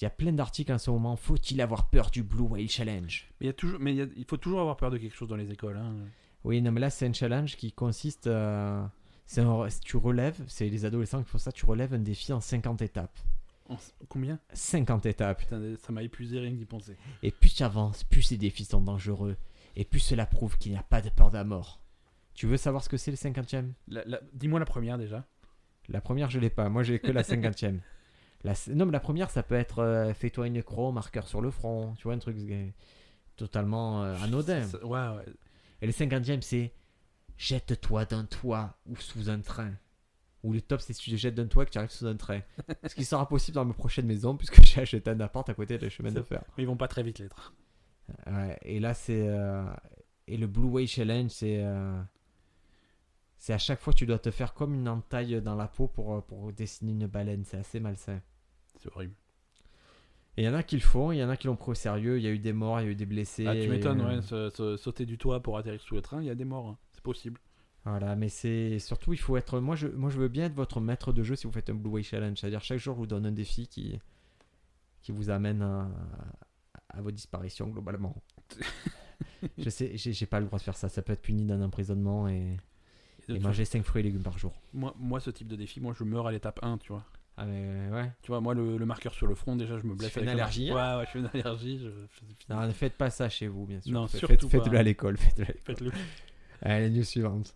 A: Il y a plein d'articles en ce moment. Faut-il avoir peur du Blue Whale Challenge
B: Mais, il, y a toujours, mais il, y a- il faut toujours avoir peur de quelque chose dans les écoles. hein.
A: Oui, non, mais là, c'est un challenge qui consiste. euh, c'est un- tu relèves, c'est les adolescents qui font ça, tu relèves un défi en 50 étapes.
B: En- combien
A: 50 étapes.
B: Putain, ça m'a épuisé rien que d'y penser.
A: Et plus tu avances, plus ces défis sont dangereux. Et plus cela prouve qu'il n'y a pas de peur de la mort. Tu veux savoir ce que c'est le 50e
B: La- la- Dis-moi la première déjà.
A: La première, je l'ai pas. Moi, j'ai que la cinquantième.
B: <laughs>
A: La... Non, mais la première, ça peut être euh, fais-toi une croix, marqueur sur le front. Tu vois, un truc euh, totalement euh, anodin.
B: Ça- ouais, ouais.
A: Et le cinquantième, c'est jette-toi d'un toit ou sous un train. Ou le top, c'est si tu te jettes d'un toit que tu arrives sous un train. Ce qui sera possible dans ma prochaine maison, puisque <laughs> j'ai acheté un appart à côté de chemin de fer.
B: Mais ils vont pas très vite les trains.
A: Ouais, et là, c'est. euh, Et le Blue Way Challenge, c'est. euh, C'est à chaque fois, tu dois te faire comme une entaille dans la peau pour, euh, pour dessiner une baleine. C'est assez malsain.
B: C'est horrible.
A: Et il y en a qui le font, il y en a qui l'ont pris au sérieux. Il y a eu des morts, il y a eu des blessés.
B: Ah, tu m'étonnes,
A: et, euh,
B: ouais, se- se- sauter du toit pour atterrir sous le train, il y a des morts. hein. C'est possible.
A: Voilà, mais c'est. Surtout, il faut être. Moi je... Moi, je veux bien être votre maître de jeu si vous faites un Blue Way Challenge. C'est-à-dire, chaque jour, je vous donne un défi qui. qui vous amène à. à vos disparitions,
B: <laughs>
A: globalement. je sais, j'ai j'ai pas le droit de faire ça. Ça peut être puni d'un emprisonnement et.
B: Et de
A: Et
B: toute
A: manger 5 fruits et légumes par jour.
B: façon, moi, moi, ce type de défi, moi, je meurs à l'étape 1, tu vois.
A: Ah mais ouais.
B: Tu vois, moi, le, le marqueur sur le front, déjà, je me blesse.
A: fais
B: avec
A: une
B: le-
A: allergie, hein
B: Ouais, ouais, je fais une allergie. je- c'est fini.
A: ne faites pas ça chez vous, bien sûr.
B: Non,
A: Faites-
B: surtout
A: faites,
B: pas.
A: le à l'école. Faites-le. à l'école.
B: Faites-le.
A: Allez, news suivante.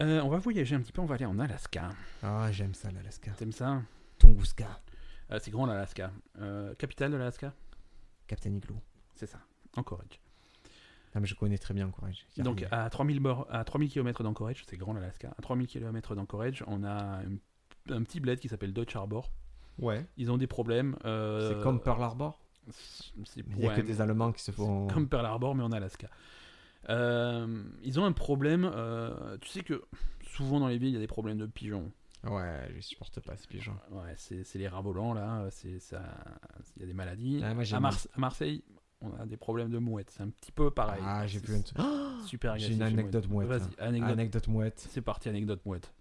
B: Euh, on va voyager un petit peu, on va aller en Alaska.
A: Ah, j'aime ça l'Alaska.
B: T'aimes ça
A: Tunguska,
B: Euh, C'est grand l'Alaska. Euh, capitale de l'Alaska
A: Captain Igloo.
B: C'est ça, Anchorage.
A: Ah, mais je connais très bien Anchorage. J'y
B: Donc
A: arrive.
B: à 3000, bor- à 3000 km d'Anchorage, c'est grand l'Alaska, à 3000 km d'Anchorage, on a une- un petit bled qui s'appelle Dutch Harbor.
A: ouais.
B: Ils ont des problèmes. euh,
A: C'est comme Pearl Harbor.
B: c'est-
A: Il y a
B: ouais,
A: que des Allemands qui se
B: c'est
A: font.
B: comme Pearl Harbor, mais en Alaska. Euh, ils ont un problème. euh, tu sais que souvent dans les villes, il y a des problèmes de pigeons.
A: Ouais, je supporte pas ces pigeons.
B: Ouais, c'est c'est les rats volants, là. c'est ça- Il y a des maladies.
A: Ah, moi, j'aime
B: à, Marse- à Marseille, on a des problèmes de mouettes. C'est un petit peu pareil.
A: Ah, j'ai
B: C'est-
A: plus un truc. Ah,
B: c'est Super
A: J'ai
B: agressif,
A: une
B: les
A: anecdote
B: mouettes.
A: mouette, hein.
B: Vas-y, anecdote.
A: anecdote mouette.
B: C'est parti, anecdote mouette.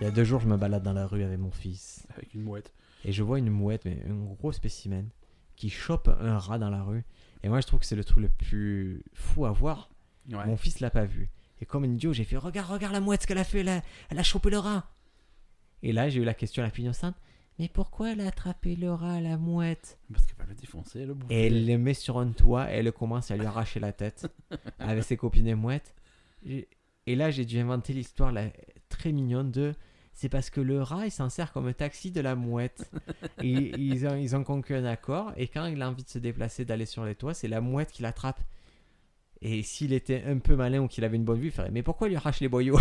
A: Il y a deux jours, je me balade dans la rue avec mon fils.
B: Avec une mouette.
A: et je vois une mouette, mais un gros spécimen, qui chope un rat dans la rue. Et moi, je trouve que c'est le truc le plus fou à voir.
B: Ouais.
A: Mon fils l'a pas vu. Et comme un idiot, j'ai fait Regarde, regarde la mouette ce qu'elle a fait, elle a, elle a chopé le rat. Et là, j'ai eu la question à la fille enceinte Mais pourquoi elle a attrapé le rat, la mouette
B: Parce qu'elle va le défoncer, le bouffer.
A: Et elle le met sur un toit et elle commence à lui arracher la tête avec ses copines et mouettes. Et et là, j'ai dû inventer l'histoire là, très mignonne de c'est parce que le rat, il s'en sert comme taxi de la mouette. Et ils ont, ils ont conclu un accord. Et quand il a envie de se déplacer, d'aller sur les toits, c'est la mouette qui l'attrape. Et s'il était un peu malin ou qu'il avait une bonne vue, il ferait Mais pourquoi il lui arrache les boyaux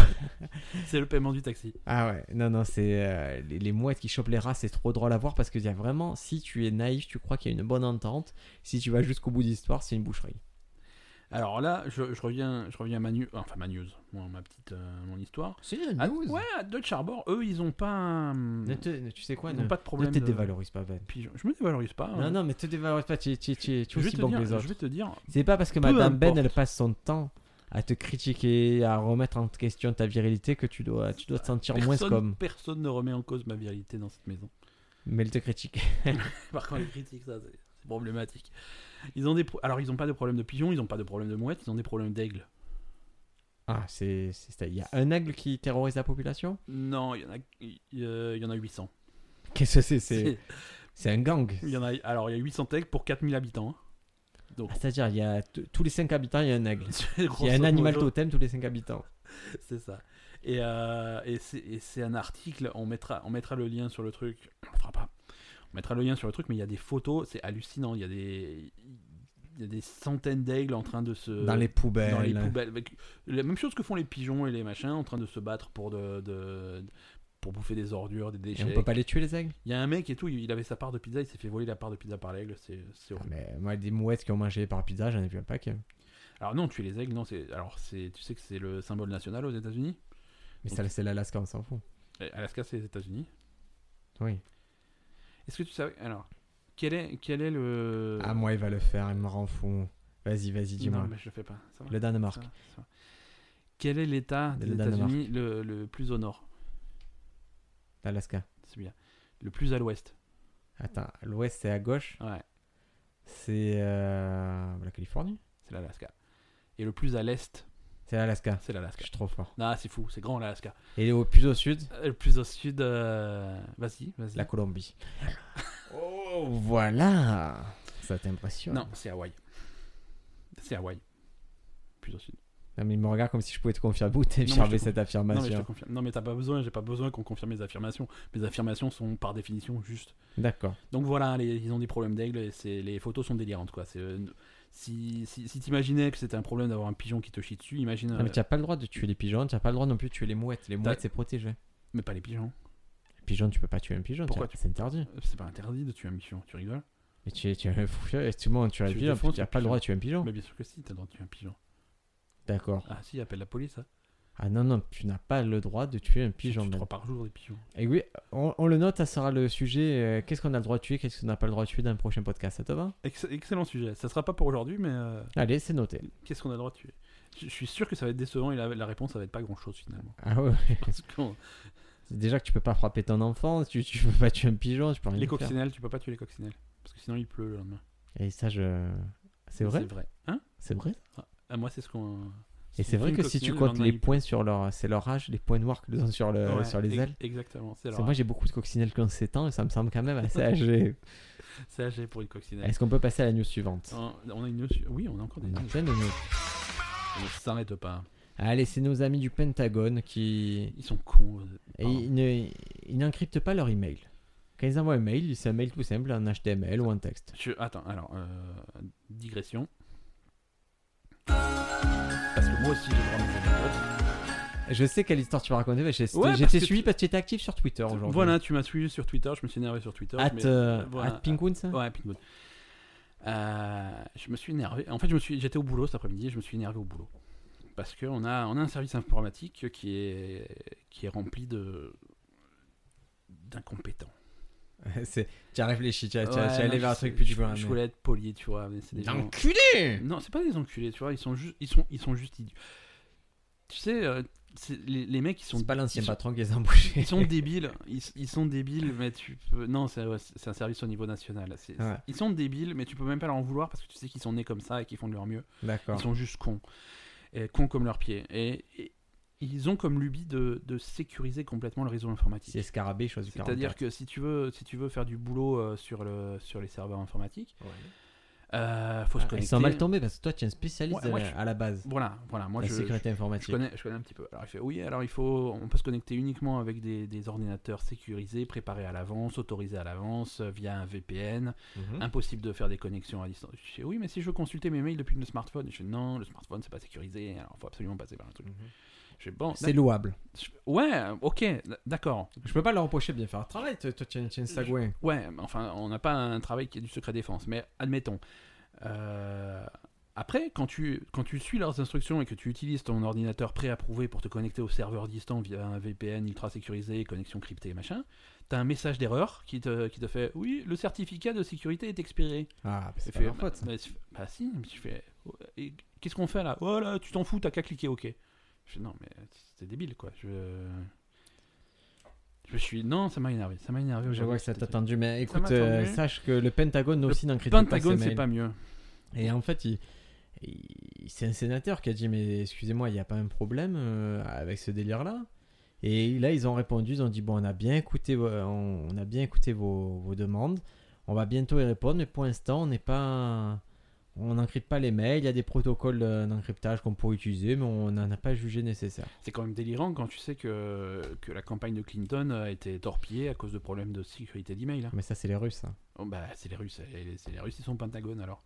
B: C'est le paiement du taxi.
A: Ah ouais, non, non, c'est. euh, les, les mouettes qui chopent les rats, c'est trop drôle à voir parce qu'il y a vraiment. Si tu es naïf, tu crois qu'il y a une bonne entente. Si tu vas jusqu'au bout de l'histoire, c'est une boucherie.
B: Alors là, je, je reviens, je reviens à ma news, enfin ma news, moi, ma petite, euh, mon histoire.
A: C'est
B: Ah, ouais, à Dutch Harbor, eux, ils ont pas, un-
A: Ne te- ne- tu sais quoi
B: ils
A: ne,
B: ont pas de
A: ne
B: problème.
A: te
B: de-
A: dévalorise pas, Ben.
B: Puis je, je me dévalorise pas. hein.
A: Non, non, mais te dévalorise pas, tu, es- tu, es- tu es- tu
B: je
A: es
B: vais
A: aussi
B: te
A: bon
B: dire,
A: que les autres.
B: je vais te dire,
A: C'est pas parce que
B: Peu
A: Madame Ben,
B: importe.
A: elle passe son temps à te critiquer, à remettre en question ta virilité, que tu dois, tu dois te sentir moins
B: personne,
A: comme.
B: personne ne remet en cause ma virilité dans cette maison. <laughs>
A: Mais elle te critique.
B: Par contre, les critiques, ça, c'est c'est problématique. Ils ont des, pro- alors ils ont pas de problème de pigeons, ils ont pas de problème de mouettes, ils ont des problèmes d'aigles.
A: Ah, c'est. c'est- c'est- Il y a un aigle qui terrorise la population
B: Non, il y en a, il y- euh, il y en a 800.
A: Qu'est-ce que c'est C'est
B: C'est-
A: c'est un gang.
B: <laughs> Il y en a, alors il y a 800 aigles pour 4000 habitants. hein. <laughs>
A: Ah, C'est-à-dire, il y a t- tous les 5 habitants, il y a un aigle. Il y
B: Grosso
A: a un animal
B: modo,
A: totem tous les 5 habitants.
B: C'est ça. Et, euh, et c'est- et c'est un article, on mettra, on mettra le lien sur le truc. On le fera pas. On mettra le lien sur le truc, mais il y a des photos, c'est hallucinant. Il y a des, il y a des centaines d'aigles en train de se.
A: euh, dans les poubelles.
B: dans les poubelles. Avec- La même chose que font les pigeons et les machins, en train de se battre pour, de, de- pour bouffer des ordures, des
A: Et
B: déchets.
A: on peut pas les tuer, les aigles
B: Il y a un mec et tout, il avait sa part de pizza, il s'est fait voler la part de pizza par l'aigle, c'est c'est
A: Ah,
B: horrible.
A: Mais moi, des mouettes qui ont mangé par pizza, j'en ai vu un paquet.
B: Alors non, tuer les aigles, non, c'est. Alors c'est, tu sais que c'est le symbole national aux États-Unis
A: Mais
B: Donc-
A: ça, c'est l'Alaska, on s'en fout.
B: Eh, Alaska, c'est les États-Unis.
A: Oui.
B: Est-ce que tu savais. Alors, quel est, quel est le.
A: Ah, moi, il va le faire, il me rend fou. Vas-y, vas-y,
B: Non,
A: dis-moi.
B: mais je le fais pas. Ça va,
A: Le Danemark.
B: ça va, ça va. Quel est l'État
A: Le
B: des
A: Danemark.
B: États-Unis le, le plus au nord
A: L'Alaska.
B: C'est bien. Le plus à l'ouest
A: Attends, l'ouest c'est à gauche,
B: Ouais,
A: c'est euh, la Californie
B: c'est l'Alaska. Et le plus à l'est,
A: C'est l'Alaska.
B: c'est
A: Je
B: l'Alaska.
A: suis trop fort.
B: Ah, c'est fou, c'est grand l'Alaska.
A: Et au plus au sud,
B: Euh, Le plus au sud, euh, vas-y, vas-y.
A: la Colombie. oh, voilà Ça t'impressionne
B: Non, c'est Hawaï. C'est Hawaï. Plus au sud.
A: Non, mais il me regarde comme si je pouvais te confirmer ou t'affirmer
B: te
A: cette
B: non, mais je te
A: affirmation.
B: confirme. Non, mais t'as pas besoin, j'ai pas besoin qu'on confirme mes affirmations. Mes affirmations sont par définition justes.
A: D'accord.
B: Donc voilà, les- ils ont des problèmes d'aigle et c'est- les photos sont délirantes quoi. C'est, euh, si si, si t'imaginais que c'était un problème d'avoir un pigeon qui te chie dessus, imagine.
A: Non, mais
B: euh,
A: tu n'as pas le droit de tuer les pigeons, tu n'as pas le droit non plus de tuer les mouettes. Les mouettes, c'est protégé.
B: mais pas les pigeons.
A: Les pigeons, tu peux pas tuer un pigeon,
B: Pourquoi
A: tu- c'est interdit.
B: C'est pas interdit de tuer un pigeon, tu rigoles
A: Mais tu es tu es un fou furieux, et tout le monde tue un
B: Tu le
A: pigeon,
B: défonces,
A: tu n'as
B: le
A: pas le
B: pigeon.
A: droit de tuer un pigeon.
B: Mais bien sûr que si, t'as le droit de tuer un pigeon.
A: D'accord.
B: Ah si, appelle la police. Hein.
A: Ah non, non, tu n'as pas le droit de tuer un pigeon.
B: Tu tues
A: même.
B: trois par jour des pigeons.
A: Et oui, on, on le note, ça sera le sujet. euh, qu'est-ce qu'on a le droit de tuer, qu'est-ce qu'on n'a pas le droit de tuer dans le prochain podcast, ça te va
B: Ex- excellent sujet. Ça sera pas pour aujourd'hui, mais euh,
A: Allez, c'est noté.
B: qu'est-ce qu'on a le droit de tuer je, je suis sûr que ça va être décevant et la, la réponse ça va être pas grand chose finalement.
A: Ah ouais. <laughs>
B: Parce qu'on-
A: Déjà que tu peux pas frapper ton enfant, tu, tu peux pas tuer un pigeon, tu peux rien
B: les
A: faire.
B: coccinelles, tu peux pas tuer les coccinelles parce que sinon il pleut le lendemain.
A: Et ça, je. C'est vrai
B: C'est vrai. Hein
A: C'est vrai
B: Ah, moi c'est ce qu'on.
A: Et c'est vrai
B: une
A: que si tu
B: coccinelle, le
A: comptes
B: lendemain,
A: les
B: il pleut.
A: points sur leur. C'est leur âge, les points noirs qu'ils ont sur, le,
B: Ouais,
A: Euh, sur les
B: ex-
A: ailes.
B: Exactement. C'est
A: C'est-
B: leur
A: Moi j'ai beaucoup de coccinelles qui ont 7 ans et ça me semble quand même assez âgé.
B: C'est âgé pour une coccinelle.
A: Est-ce qu'on peut passer à la news suivante
B: On on a une notion. Oui, on a encore des
A: On a
B: news.
A: plein de news.
B: On s'arrête pas.
A: Allez, c'est nos amis du Pentagone qui,
B: Ils sont cons. euh,
A: Et
B: pardon.
A: ils, ne- ils n'encryptent pas leur email. Quand ils envoient un mail, c'est un mail tout simple, un HTML ou un texte.
B: Je- Attends, alors, euh, digression. Parce que moi aussi, j'ai droit à mes anecdotes.
A: Je sais quelle histoire tu vas raconter, mais j'ai-
B: Ouais, parce
A: j'étais
B: que
A: suivi
B: tu-
A: parce que tu étais actif sur Twitter aujourd'hui.
B: Voilà, tu m'as suivi sur Twitter, je me suis énervé sur Twitter.
A: At,
B: mais-
A: euh,
B: voilà.
A: at Penguin, ça
B: Ouais, Pinkwood. Euh, je me suis énervé. En fait, je me suis, j'étais au boulot cet après-midi. et Je me suis énervé au boulot parce que on a, on a un service informatique qui est, qui est rempli de d'incompétents.
A: <laughs> C'est- Tu as réfléchi, Ah, tu as, tu as-
B: Ouais,
A: tu as
B: non,
A: allé vers
B: je
A: un
B: sais,
A: truc plus
B: je-
A: du
B: Je voulais être poli, tu vois. Mais c'est des gens...
A: Enculé
B: Non, c'est pas des enculés, tu vois. Ils sont juste, ils sont, ils sont juste idiots. Tu sais, euh, c'est- les, les mecs, ils sont,
A: C'est pas l'ancien
B: ils sont-
A: patron qui les a embauchés.
B: ils sont débiles. Ils, ils sont débiles, mais tu peux. Non, c'est ouais, c'est un service au niveau national. C'est-
A: Ouais.
B: Ils sont débiles, mais tu peux même pas leur en vouloir parce que tu sais qu'ils sont nés comme ça et qu'ils font de leur mieux.
A: D'accord.
B: Ils sont juste cons. et cons comme leurs pieds. Et, et ils ont comme lubie de, de sécuriser complètement le réseau informatique.
A: C'est Scarabée, chose du
B: C'est-à-dire
A: 44.
B: que si tu veux, si tu veux faire du boulot euh, sur, le, sur les serveurs informatiques,
A: Ouais.
B: euh, faut se
A: Ah, Ils
B: connecter.
A: sont mal tombés parce que toi, tu es un spécialiste
B: Ouais, moi,
A: de la-
B: je-
A: à la base.
B: Voilà, voilà. Moi,
A: la
B: je,
A: sécurité
B: je
A: informatique.
B: connais, je connais un petit peu. Alors il fait oui, alors il faut, on peut se connecter uniquement avec des, des ordinateurs sécurisés, préparés à l'avance, autorisés à l'avance, euh, via un VPN.
A: Mhm.
B: Impossible de faire des connexions à distance. Je fais, oui, mais si je veux consulter mes mails depuis le smartphone, je fais non, le smartphone c'est pas sécurisé, alors faut absolument passer par un truc.
A: Mhm.
B: Je fais, bon,
A: C'est louable.
B: je- ouais, ok, d'accord.
A: Je peux pas leur reprocher de bien faire le travail. Toi, toi, tu es un- tu es un sagouin.
B: Ouais, mais enfin, on n'a pas un travail qui est du secret défense, mais admettons. Euh, après, quand tu, quand tu suis leurs instructions et que tu utilises ton ordinateur préapprouvé pour te connecter au serveur distant via un VPN ultra sécurisé, connexion cryptée, machin, t'as un message d'erreur qui te, qui te fait Oui, le certificat de sécurité est expiré.
A: Ah, bah,
B: Et
A: c'est pas
B: fait,
A: leur
B: bah,
A: faute. ça.
B: bah, c'est- bah si, mais tu fais. Ouais, et Qu'est-ce qu'on fait là Oh là, tu t'en fous, t'as qu'à cliquer OK. Je fais non, mais c'est débile quoi. Je. Je suis. Non, ça m'a énervé. Ça m'a énervé
A: Je vois
B: aujourd'hui,
A: que ça
B: ce
A: t'a
B: truc.
A: tendu, mais écoute,
B: m'a
A: euh,
B: tendu.
A: sache que le Pentagone
B: Le
A: aussi n'incritique pas
B: Pentagone,
A: ses
B: c'est
A: mails.
B: pas mieux.
A: Et en fait, il, il- c'est un sénateur qui a dit Mais excusez-moi, il n'y a pas un problème euh, avec ce délire-là Et là, ils ont répondu Ils ont dit Bon, on a bien écouté, vo- on, on a bien écouté vos, vos demandes, on va bientôt y répondre, mais pour l'instant, on n'est pas. On n'encrypte pas les mails, il y a des protocoles euh, d'encryptage qu'on pourrait utiliser, mais on n'en a pas jugé nécessaire.
B: C'est quand même délirant quand tu sais que, que la campagne de Clinton a été torpillée à cause de problèmes de sécurité d'email. hein.
A: Mais ça, c'est les Russes. hein.
B: Oh, bah, c'est les Russes, et les- c'est les Russes, ils sont Pentagone alors.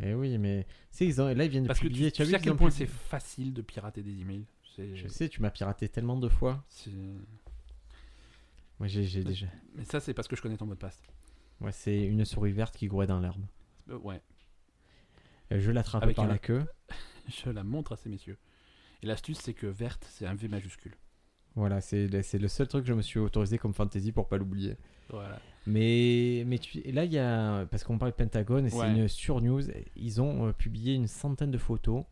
A: Eh oui, mais. tu sais, ils ont- là, ils viennent de
B: Parce que tu,
A: publier.
B: tu sais
A: vu
B: à
A: qu'ils
B: quel
A: ont
B: point
A: publié-
B: c'est facile de pirater des emails. C'est-
A: Je sais, tu m'as piraté tellement de fois.
B: c'est-
A: Moi, j'ai j'ai
B: Mais-
A: déjà.
B: Mais ça, c'est parce que je connais ton mot de passe.
A: Moi, c'est une souris verte qui grouille dans l'herbe.
B: Euh, ouais, <laughs>
A: Euh, Je l'attrape
B: Avec
A: par
B: une-
A: la queue.
B: je la montre à ces messieurs. Et l'astuce, c'est que verte, c'est un V majuscule.
A: Voilà, c'est le c'est le seul truc que je me suis autorisé comme fantasy pour pas l'oublier.
B: Voilà.
A: Mais, mais tu- là, il y a. Parce qu'on parle de Pentagone, et c'est
B: Ouais.
A: une surnews. Ils ont euh, publié une centaine de photos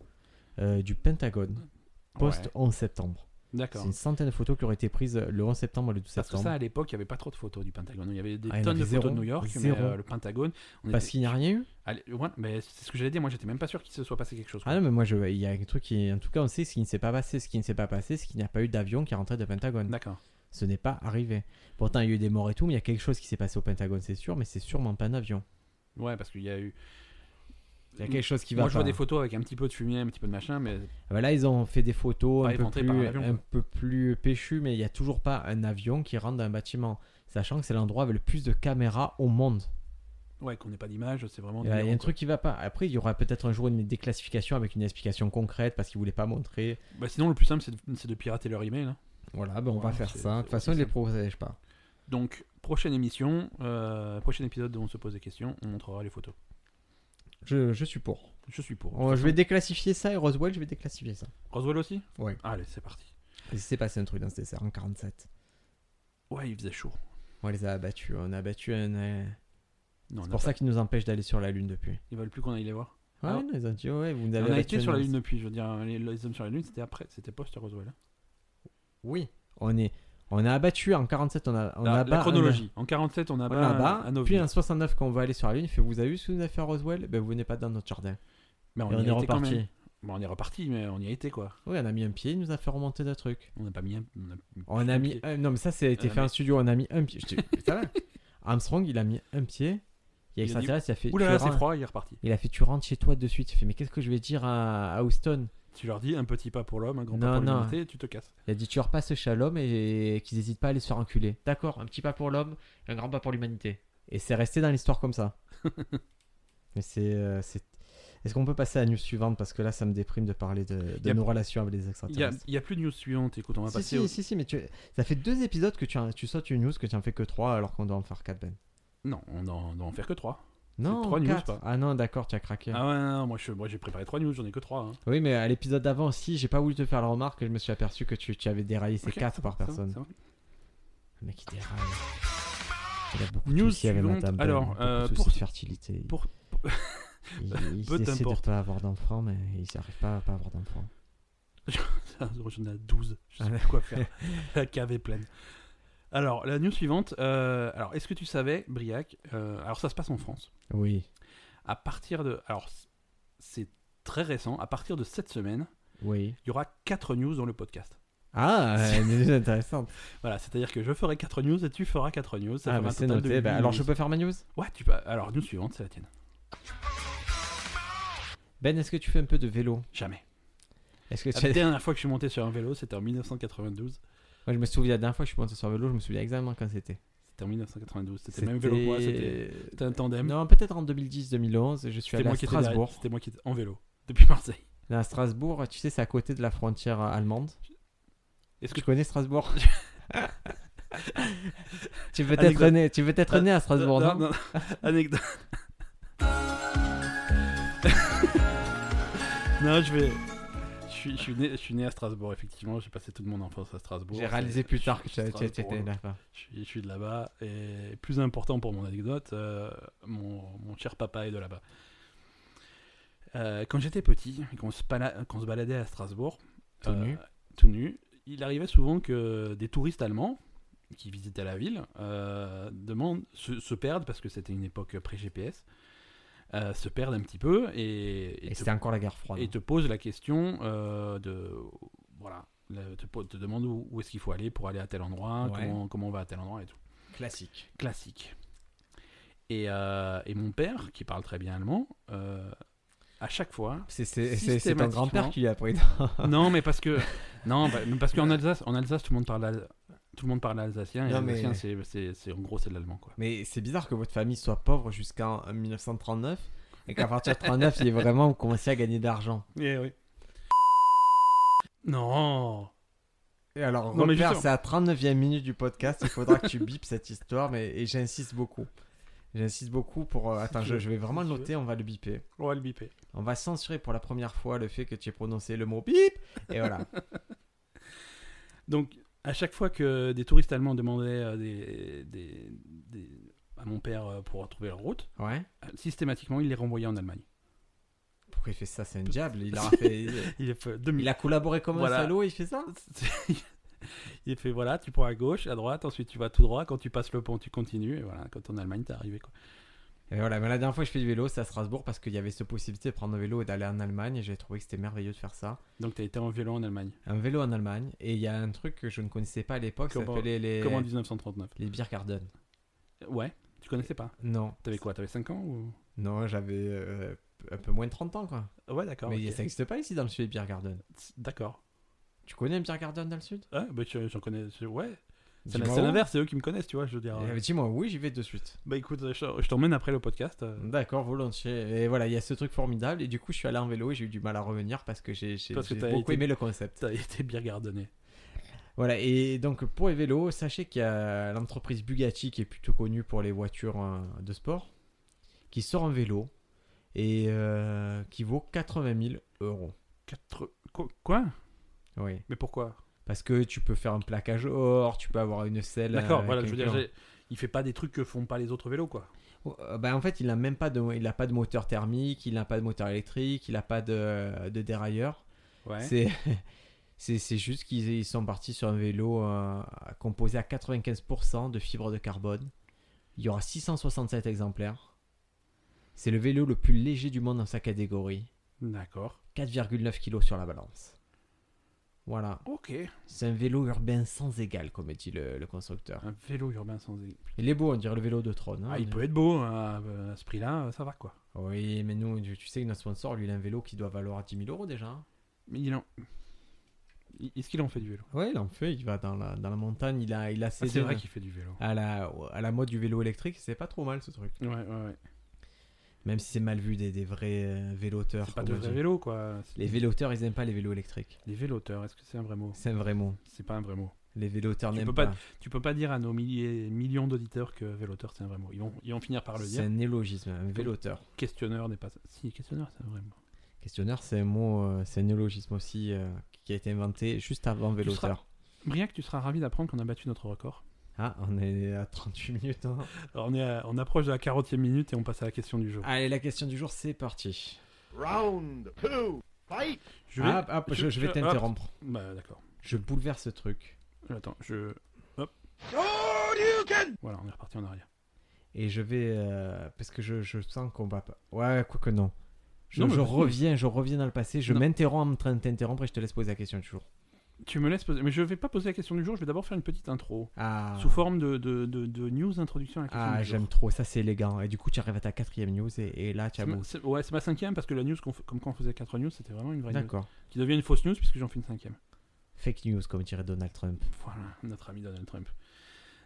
A: euh, du Pentagone
B: Ouais.
A: post-11 septembre. C'est
B: D'accord.
A: une centaine de photos qui auraient été prises euh, le 11 septembre et le 12
B: Parce que ça,
A: septembre.
B: à l'époque, il n'y avait pas trop de photos du Pentagone. Il y avait des
A: Ah, il y en
B: tonnes
A: avait
B: de photos
A: zéro.
B: de New York,
A: Zéro.
B: mais euh, le Pentagone. On
A: Parce
B: était-
A: qu'il n'y a rien eu
B: Allez, ouais, mais c'est ce que j'allais dire. Moi, j'étais même pas sûr qu'il se soit passé quelque chose. quoi.
A: Ah non, mais moi, je- il y a un truc qui. En tout cas, on sait ce qui ne s'est pas passé. Ce qui ne s'est pas passé, c'est qu'il n'y a pas eu d'avion qui est rentré de Pentagone.
B: D'accord.
A: Ce n'est pas arrivé. Pourtant, il y a eu des morts et tout, mais il y a quelque chose qui s'est passé au Pentagone, c'est sûr, mais c'est sûrement pas un avion.
B: Ouais, parce qu'il y a eu.
A: Il y a quelque chose qui va
B: Moi, je vois
A: pas.
B: des photos avec un petit peu de fumier, un petit peu de machin, mais
A: Ah bah là, ils ont fait des photos
B: Pas
A: un peu,
B: éventré par un
A: plus,
B: avion,
A: un
B: quoi.
A: peu plus péchues, mais il n'y a toujours pas un avion qui rentre dans un bâtiment. Sachant que c'est l'endroit avec le plus de caméras au monde.
B: ouais, qu'on n'ait pas d'image, c'est vraiment.
A: Il y a, il y a un
B: délirant,
A: truc qui va pas. Après, il y aura peut-être un jour une déclassification avec une explication concrète parce qu'ils voulaient pas montrer.
B: quoi. Bah, sinon, le plus simple, c'est de, c'est de pirater leur email. hein.
A: Voilà, ben on
B: Voilà,
A: va faire
B: c'est-
A: ça. De
B: c'est-
A: toute façon,
B: c'est
A: ils les
B: ça.
A: protègent pas.
B: Donc, prochaine émission, euh, prochain épisode dont on se pose des questions, on montrera les photos.
A: Je, je suis pour.
B: Je suis pour.
A: Oh, je vais déclassifier ça et Roswell, je vais déclassifier ça.
B: Roswell aussi
A: Ouais.
B: Allez, c'est parti.
A: Il s'est passé un truc dans ce dessert en 47.
B: Ouais, il faisait chaud.
A: On les a abattus. On a abattu un. euh,
B: Non, on
A: C'est
B: a
A: pour
B: pas-
A: ça qu'ils nous empêchent d'aller sur la Lune depuis.
B: Ils veulent plus qu'on aille les voir.
A: Ouais,
B: Ah.
A: non, ils ont dit, ouais, vous nous avez
B: on a
A: abattu
B: été sur la
A: un-
B: Lune depuis, je veux dire, les, les hommes sur la Lune, c'était après, c'était post-Roswell. hein.
A: Oui, on est, on a abattu en 47, on a, on
B: La,
A: a
B: la
A: abat un-
B: chronologie. En 47, on
A: on
B: a abat
A: a
B: un,
A: abat,
B: un ovni.
A: puis en 69 quand on va aller sur la lune, il fait vous avez vu ce que nous a fait Roswell Ben vous venez pas dans notre jardin.
B: Mais on,
A: Et on,
B: y
A: est
B: a été quand
A: reparti.
B: même.
A: Oui,
B: Bon, on est reparti, mais on y a été quoi.
A: on a mis un pied, il nous a fait remonter des trucs.
B: On n'a pas mis un. On a,
A: On a mis, un- non mais ça c'est été
B: On a
A: fait en
B: mis-
A: studio, on a mis un pied. Je te-
B: <laughs>
A: ça va Armstrong il a mis un pied, il y a
B: Il a dit,
A: extraterrestre, il a fait.
B: Ouh là
A: tu
B: là, c'est
A: rentres-
B: froid, il est reparti.
A: Il a fait tu rentres chez toi de suite. Il fait mais qu'est-ce que je vais dire à, à Houston
B: Tu leur dis un petit pas pour l'homme, un grand
A: Non,
B: pas pour
A: non.
B: l'humanité, tu te casses.
A: Il a dit tu repasses chez l'homme et, et qu'ils hésitent pas à aller se faire enculer. D'accord, un petit pas pour l'homme, un grand pas pour l'humanité. Et c'est resté dans l'histoire comme <laughs> ça. Mais c'est. euh, c'est- Est-ce qu'on peut passer à la news suivante Parce que là, ça me déprime de parler de, de
B: Y a-
A: nos relations avec les
B: Il y a,
A: extraterrestres.
B: il y a plus de news suivante, écoute, on va
A: Si,
B: passer
A: si,
B: au.
A: si, si, mais tu... ça fait deux épisodes que tu, as- tu sautes une news que tu en fais que trois alors qu'on doit en faire quatre, Ben.
B: Non, on doit on doit en faire que 3.
A: Non,
B: trois news,
A: quatre.
B: pas.
A: Ah non, d'accord, tu as craqué.
B: Ah ouais, non, non, moi je- moi, j'ai préparé 3 news, j'en ai que hein. 3.
A: Oui, mais à l'épisode d'avant aussi, j'ai pas voulu te faire la remarque et je me suis aperçu que tu, tu avais déraillé. C'est quatre par personne. Le mec, il déraille. Il a beaucoup de
B: News
A: soucis avec
B: suivante.
A: Madame
B: Alors,
A: Bell, beaucoup
B: euh,
A: de soucis
B: pour-
A: de fertilité.
B: pour-
A: <laughs> il, il
B: peu
A: essaie de
B: t'importe.
A: pas avoir d'enfants, mais il n'arrive pas à pas avoir d'enfants.
B: <laughs> J'en ai à 12, je sais
A: Ah,
B: plus quoi faire. <laughs> la cave est pleine. Alors, la news suivante. euh, alors, est-ce que tu savais, Briac euh, Alors, ça se passe en France.
A: Oui.
B: À partir de. Alors, c'est très récent. À partir de cette semaine,
A: Oui.
B: il y aura 4 news dans le podcast.
A: <laughs> Ah, elle est intéressante.
B: Voilà, c'est-à-dire que je ferai 4 news et tu feras 4 news. Ça
A: Ah,
B: fera
A: bah,
B: un
A: c'est
B: total de
A: noté.
B: huit
A: Bah, alors,
B: news.
A: je peux faire ma news
B: Ouais, tu peux. Alors, news suivante, c'est la tienne.
A: Ben, est-ce que tu fais un peu de vélo
B: Jamais.
A: Est-ce que
B: La
A: tu as-
B: dernière fois que je suis monté sur un vélo, c'était en 1992.
A: Moi, je me souviens la dernière fois que je suis monté sur vélo, je me souviens exactement quand c'était.
B: C'était en 1992. C'était le même vélo que moi. C'était c'était un tandem.
A: Non, peut-être en 2010-2011, je suis
B: C'était
A: allé à
B: moi qui étais derrière-
A: Strasbourg.
B: C'était moi qui étais en vélo depuis Marseille.
A: Là, à Strasbourg, tu sais, c'est à côté de la frontière euh, allemande.
B: Est-ce que
A: Tu connais
B: <laughs>
A: Strasbourg Tu veux être
B: Anecdote.
A: né, tu veux être né à Strasbourg, non, <laughs>
B: non, non. Anecdote. <laughs> non, je vais. Je suis, je, suis né, je suis né à Strasbourg, effectivement. J'ai passé toute mon enfance à Strasbourg.
A: J'ai réalisé plus
B: Je
A: tard que
B: suis hein.
A: tu tu- tu étais
B: Strasbourgeois.
A: là-bas.
B: Je suis, je suis de là-bas. Et plus important pour mon anecdote, euh, mon, mon cher papa est de là-bas. Euh, quand j'étais petit, et qu'on se, pala- qu'on se baladait à Strasbourg, euh,
A: Tout nu.
B: tout nu, il arrivait souvent que des touristes allemands qui visitaient la ville euh, demandent, se, se perdent parce que c'était une époque pré-GPS, euh, se perdent un petit peu et,
A: Et
B: et te
A: c'était encore la guerre froide. hein.
B: et te pose la question euh, de voilà le- te, po- te demande où, où est-ce qu'il faut aller pour aller à tel endroit
A: Ouais.
B: comment, comment on va à tel endroit et tout
A: Classique.
B: classique et, euh, et mon père qui parle très bien allemand euh, à chaque
A: <laughs>
B: fois
A: C'est c'est- c'est- c'est ton grand-père
B: Systématiquement.
A: qui lui a
B: <laughs>
A: appris.
B: non mais parce que
A: <laughs>
B: non bah, mais parce qu'en Alsace en Alsace tout le monde parle al- tout le monde parle alsacien et
A: Non, mais-
B: l'alsacien c'est- c'est c'est- en gros c'est de l'allemand quoi
A: Mais c'est bizarre que votre famille soit pauvre jusqu'en 1939 et qu'à partir de 39, il ait vraiment commencé à gagner de l'argent.
B: non
A: Et alors,
B: Non, mais
A: Robert,
B: justement.
A: c'est à 39e minute du podcast. Il faudra que tu bipes cette histoire, mais et j'insiste beaucoup. J'insiste beaucoup pour. euh, attends,
B: tu
A: je,
B: veux.
A: je vais vraiment
B: Si
A: le
B: tu
A: noter, on va le biper.
B: on va le biper
A: On va censurer pour la première fois le fait que tu aies prononcé le mot bip. Et voilà.
B: <laughs> Donc, à chaque fois que des touristes allemands demandaient euh, des, des- des- à mon père euh, pour retrouver leur route,
A: Ouais.
B: euh, systématiquement, il les renvoyait en Allemagne.
A: Pourquoi il fait ça C'est un diable. Il a, fait,
B: Il a fait,
A: il a collaboré comme
B: Voilà.
A: un salaud il fait ça
B: il fait voilà, tu prends à gauche, à droite, ensuite tu vas tout droit. Quand tu passes le pont, tu continues. Et voilà, quand t'es en Allemagne, t'es arrivé. Quoi.
A: Et voilà, mais la dernière fois que je fais du vélo, c'est à Strasbourg parce qu'il y avait cette possibilité de prendre le vélo et d'aller en Allemagne. Et j'ai trouvé que c'était merveilleux de faire ça.
B: Donc, t'as été en vélo en Allemagne,
A: Un vélo en Allemagne. Et il y a un truc que je ne connaissais pas à l'époque, ça
B: Comment-
A: s'appelait les,
B: comme en 1939.
A: les Biergarten.
B: Ouais, tu connaissais pas.
A: Non,
B: T'avais quoi T'avais 5 ans ou...
A: Non, j'avais euh, un peu moins de 30 ans, quoi.
B: Ouais, d'accord.
A: mais
B: ok.
A: ça n'existe pas ici dans le sud, les Beer Garden.
B: D'accord.
A: Tu connais un Beer Garden dans le sud
B: Ah, bah, tu- j'en connais. je- Ouais, c'est
A: Dis-moi
B: c'est
A: où.
B: l'inverse, c'est eux qui me connaissent, tu vois. Je veux dire. euh,
A: Eh ben, Dis-moi, oui, j'y vais de suite.
B: Bah, écoute, je, je t'emmène après le podcast. euh,
A: D'accord, volontiers. Et voilà, il y a ce truc formidable. Et du coup, je suis allé en vélo et j'ai eu du mal à revenir parce que j'ai j'ai-
B: Parce que
A: j'ai
B: t'as
A: beaucoup
B: été-
A: aimé le concept.
B: T'as été bien gardonné.
A: Voilà, et donc pour les vélos, sachez qu'il y a l'entreprise Bugatti qui est plutôt connue pour les voitures euh, de sport, qui sort un vélo et euh, qui vaut 80 000 euros.
B: Quatre... Quoi, quoi
A: Oui.
B: Mais pourquoi
A: Parce que tu peux faire un plaquage hors, tu peux avoir une selle.
B: D'accord,
A: avec
B: voilà, je veux dire,
A: quelqu'un.
B: j'ai- il fait pas des trucs que font pas les autres vélos, quoi.
A: Euh, bah, en fait, il n'a même pas de, il a pas de moteur thermique, il n'a pas de moteur électrique, il n'a pas de, de dérailleur.
B: Ouais.
A: C'est, <laughs> c'est, c'est juste qu'ils ils sont partis sur un vélo euh, composé à 95% de fibre de carbone. Il y aura 667 exemplaires. C'est le vélo le plus léger du monde dans sa catégorie.
B: D'accord.
A: 4,9 kg sur la balance. Voilà.
B: Ok.
A: C'est un vélo urbain sans égal, comme dit le, le constructeur.
B: Un vélo urbain sans. é-
A: Il est beau, on dirait le vélo de Tron. hein.
B: Ah, il peut être beau, hein, à, à ce prix-là, ça va, quoi.
A: Oui, mais nous, tu, tu sais que notre sponsor, lui, il a un vélo qui doit valoir 10 000 euros déjà. hein.
B: Mais il en. Il- Est-ce qu'il en fait du vélo
A: Ouais, il en fait, il va dans la, dans la montagne, il a, il a
B: Ah,
A: cédé
B: C'est vrai
A: le-
B: qu'il fait du vélo.
A: à, la, à la mode du vélo électrique, c'est pas trop mal ce truc.
B: Ouais, ouais, ouais.
A: Même si c'est mal vu des, des vrais euh, véloteurs.
B: C'est pas
A: comme
B: de
A: on
B: vrais
A: dit.
B: vélos, quoi. C'est-
A: Les véloteurs, ils aiment pas les vélos électriques.
B: Les véloteurs, est-ce que c'est un vrai mot
A: C'est un vrai mot.
B: C'est pas un vrai mot.
A: Les véloteurs
B: Tu
A: n'aiment
B: peux pas
A: pas.
B: Tu peux pas dire à nos milliers, millions d'auditeurs que véloteur, c'est un vrai mot. Ils vont, ils vont finir par le
A: C'est
B: dire.
A: un élogisme, un véloteur.
B: Questionneur n'est pas. Si, questionneur, c'est un vrai mot.
A: Questionnaire, c'est un mot, euh, c'est un néologisme aussi euh, qui a été inventé juste avant véloteur.
B: Briac, tu seras ravi d'apprendre qu'on a battu notre record.
A: Ah, on est à 38 minutes. hein.
B: Alors, on, est à- on approche de la 40e minute et on passe à la question du jour.
A: Allez, la question du jour, c'est parti.
C: Round two, fight!
B: Je vais...
A: Ah, ah, je, je vais
B: je-
A: t'interrompre.
B: Bah, d'accord. Euh,
A: Je bouleverse ce truc
B: Attends, je...
C: Shoryuken!
B: Voilà, on est reparti en arrière.
A: et je vais. euh, parce que je, je sens qu'on va pas. Ouais, quoi que non. Je,
B: Non, mais
A: je
B: vas-y.
A: reviens, je reviens dans le passé, je
B: Non.
A: m'interromps en train de t'interrompre et je te laisse poser la question toujours.
B: Tu me laisses poser. Mais je vais pas poser la question du jour, je vais d'abord faire une petite intro.
A: Ah,
B: Sous forme de, de, de- de news introduction à la question
A: ah,
B: du jour.
A: j'aime trop, ça c'est élégant. Et du coup, tu arrives à ta quatrième news et, et là, tu
B: C'est
A: as
B: ma-
A: beau.
B: c'est- Ouais, c'est ma cinquième parce que la news, qu'on f- comme quand on faisait 4 news, c'était vraiment une vraie news.
A: D'accord.
B: Qui devient une fausse news puisque j'en fais une cinquième.
A: Fake news, comme dirait Donald Trump.
B: Voilà, notre ami Donald Trump.